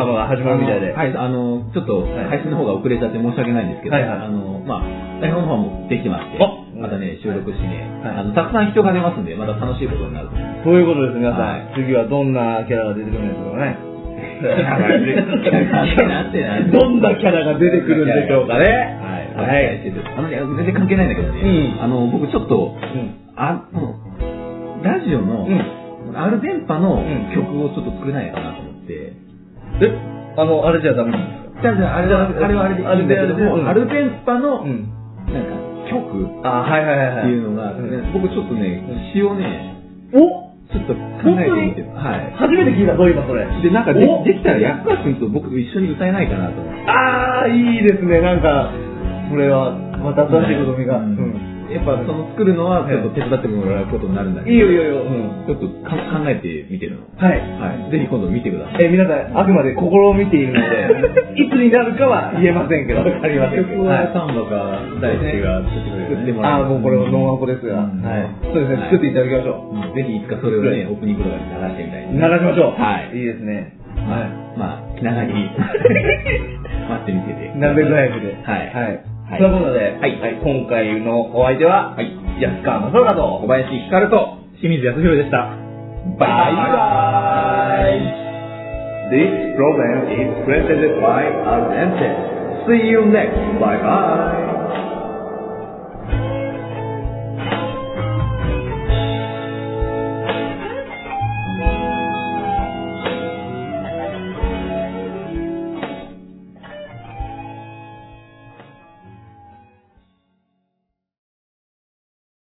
[SPEAKER 1] マ。が始まるみたいで。
[SPEAKER 2] はい、あの、ちょっと配信の方が遅れちゃって申し訳ないんですけど、
[SPEAKER 1] はいはい
[SPEAKER 2] あの、まあ、台本の方もできてまして、
[SPEAKER 1] あ
[SPEAKER 2] またね、収録してね、
[SPEAKER 1] はい
[SPEAKER 2] あの、たくさん人が出ますんで、また楽しいことになると思います。
[SPEAKER 1] ということです、皆さん。
[SPEAKER 2] は
[SPEAKER 1] 次はどんなキャラが出てくるんですかね。
[SPEAKER 2] なんてなんて
[SPEAKER 1] どんなキャラが出てくるんでしょうかね。
[SPEAKER 2] はい。
[SPEAKER 1] はい
[SPEAKER 2] あのね、全然関係ないんだけどね、
[SPEAKER 1] うん
[SPEAKER 2] あの、僕ちょっと、
[SPEAKER 1] うん。
[SPEAKER 2] あの、ラジオの、
[SPEAKER 1] うん。
[SPEAKER 2] アル電波の
[SPEAKER 1] ん
[SPEAKER 2] 曲をちょっと作れないかなと思って、
[SPEAKER 1] え、あの、あれじゃダメなんですか
[SPEAKER 2] じゃあじゃあ、あれだ、あれはあれでいいんだけども、ア
[SPEAKER 1] ア
[SPEAKER 2] ル
[SPEAKER 1] ル
[SPEAKER 2] 電波の、なんか
[SPEAKER 1] ん。、
[SPEAKER 2] 曲っ
[SPEAKER 1] あ、はいはいはい
[SPEAKER 2] て
[SPEAKER 1] はい。
[SPEAKER 2] いうのが、
[SPEAKER 1] うん
[SPEAKER 2] 僕ちょっとね、詞をね、
[SPEAKER 1] お
[SPEAKER 2] ちょっと考えてみて、は
[SPEAKER 1] 初めて聞いた、そういえばそれ。
[SPEAKER 2] い。で、なんかで
[SPEAKER 1] お
[SPEAKER 2] できたら、ヤッカー君と僕と一緒に歌えないかなと思って。
[SPEAKER 1] あー、いいですね、なんか、これは、また新しいことみが。うん
[SPEAKER 2] やっぱその作るのはちょっと手伝ってもらうことになるんだけ
[SPEAKER 1] いい
[SPEAKER 2] ど、
[SPEAKER 1] よいいよいいよ。うん。
[SPEAKER 2] ちょっとか考えてみてるの。
[SPEAKER 1] はい。
[SPEAKER 2] はい。ぜひ今度見てください。
[SPEAKER 1] えー皆さん、あくまで心を見ているの で、いつになるかは言えませんけど。わかりませんけど。
[SPEAKER 2] 曲
[SPEAKER 1] はい
[SPEAKER 2] はサンバか大輔が作ってくれる作ってもら
[SPEAKER 1] あーもうこれはノンアコですが、
[SPEAKER 2] うん
[SPEAKER 1] はい。そうですね、作っていただきましょ。
[SPEAKER 2] うんぜひいつかそれをね、オープニングとかで流してみた
[SPEAKER 1] 流
[SPEAKER 2] いうね
[SPEAKER 1] しましょう。
[SPEAKER 2] はい
[SPEAKER 1] いいですね。は
[SPEAKER 2] まあ、気長 に待ってみてて。
[SPEAKER 1] い。なるべく早くで。
[SPEAKER 2] はい
[SPEAKER 1] はい。
[SPEAKER 2] はい
[SPEAKER 1] そんなことで、
[SPEAKER 2] はい
[SPEAKER 1] はい今回のお相手は、はい。安川正尚と、小林ひかると、
[SPEAKER 3] 清水康弘でした。
[SPEAKER 1] バイバイ This program is presented by Ardente. See you next. Bye bye.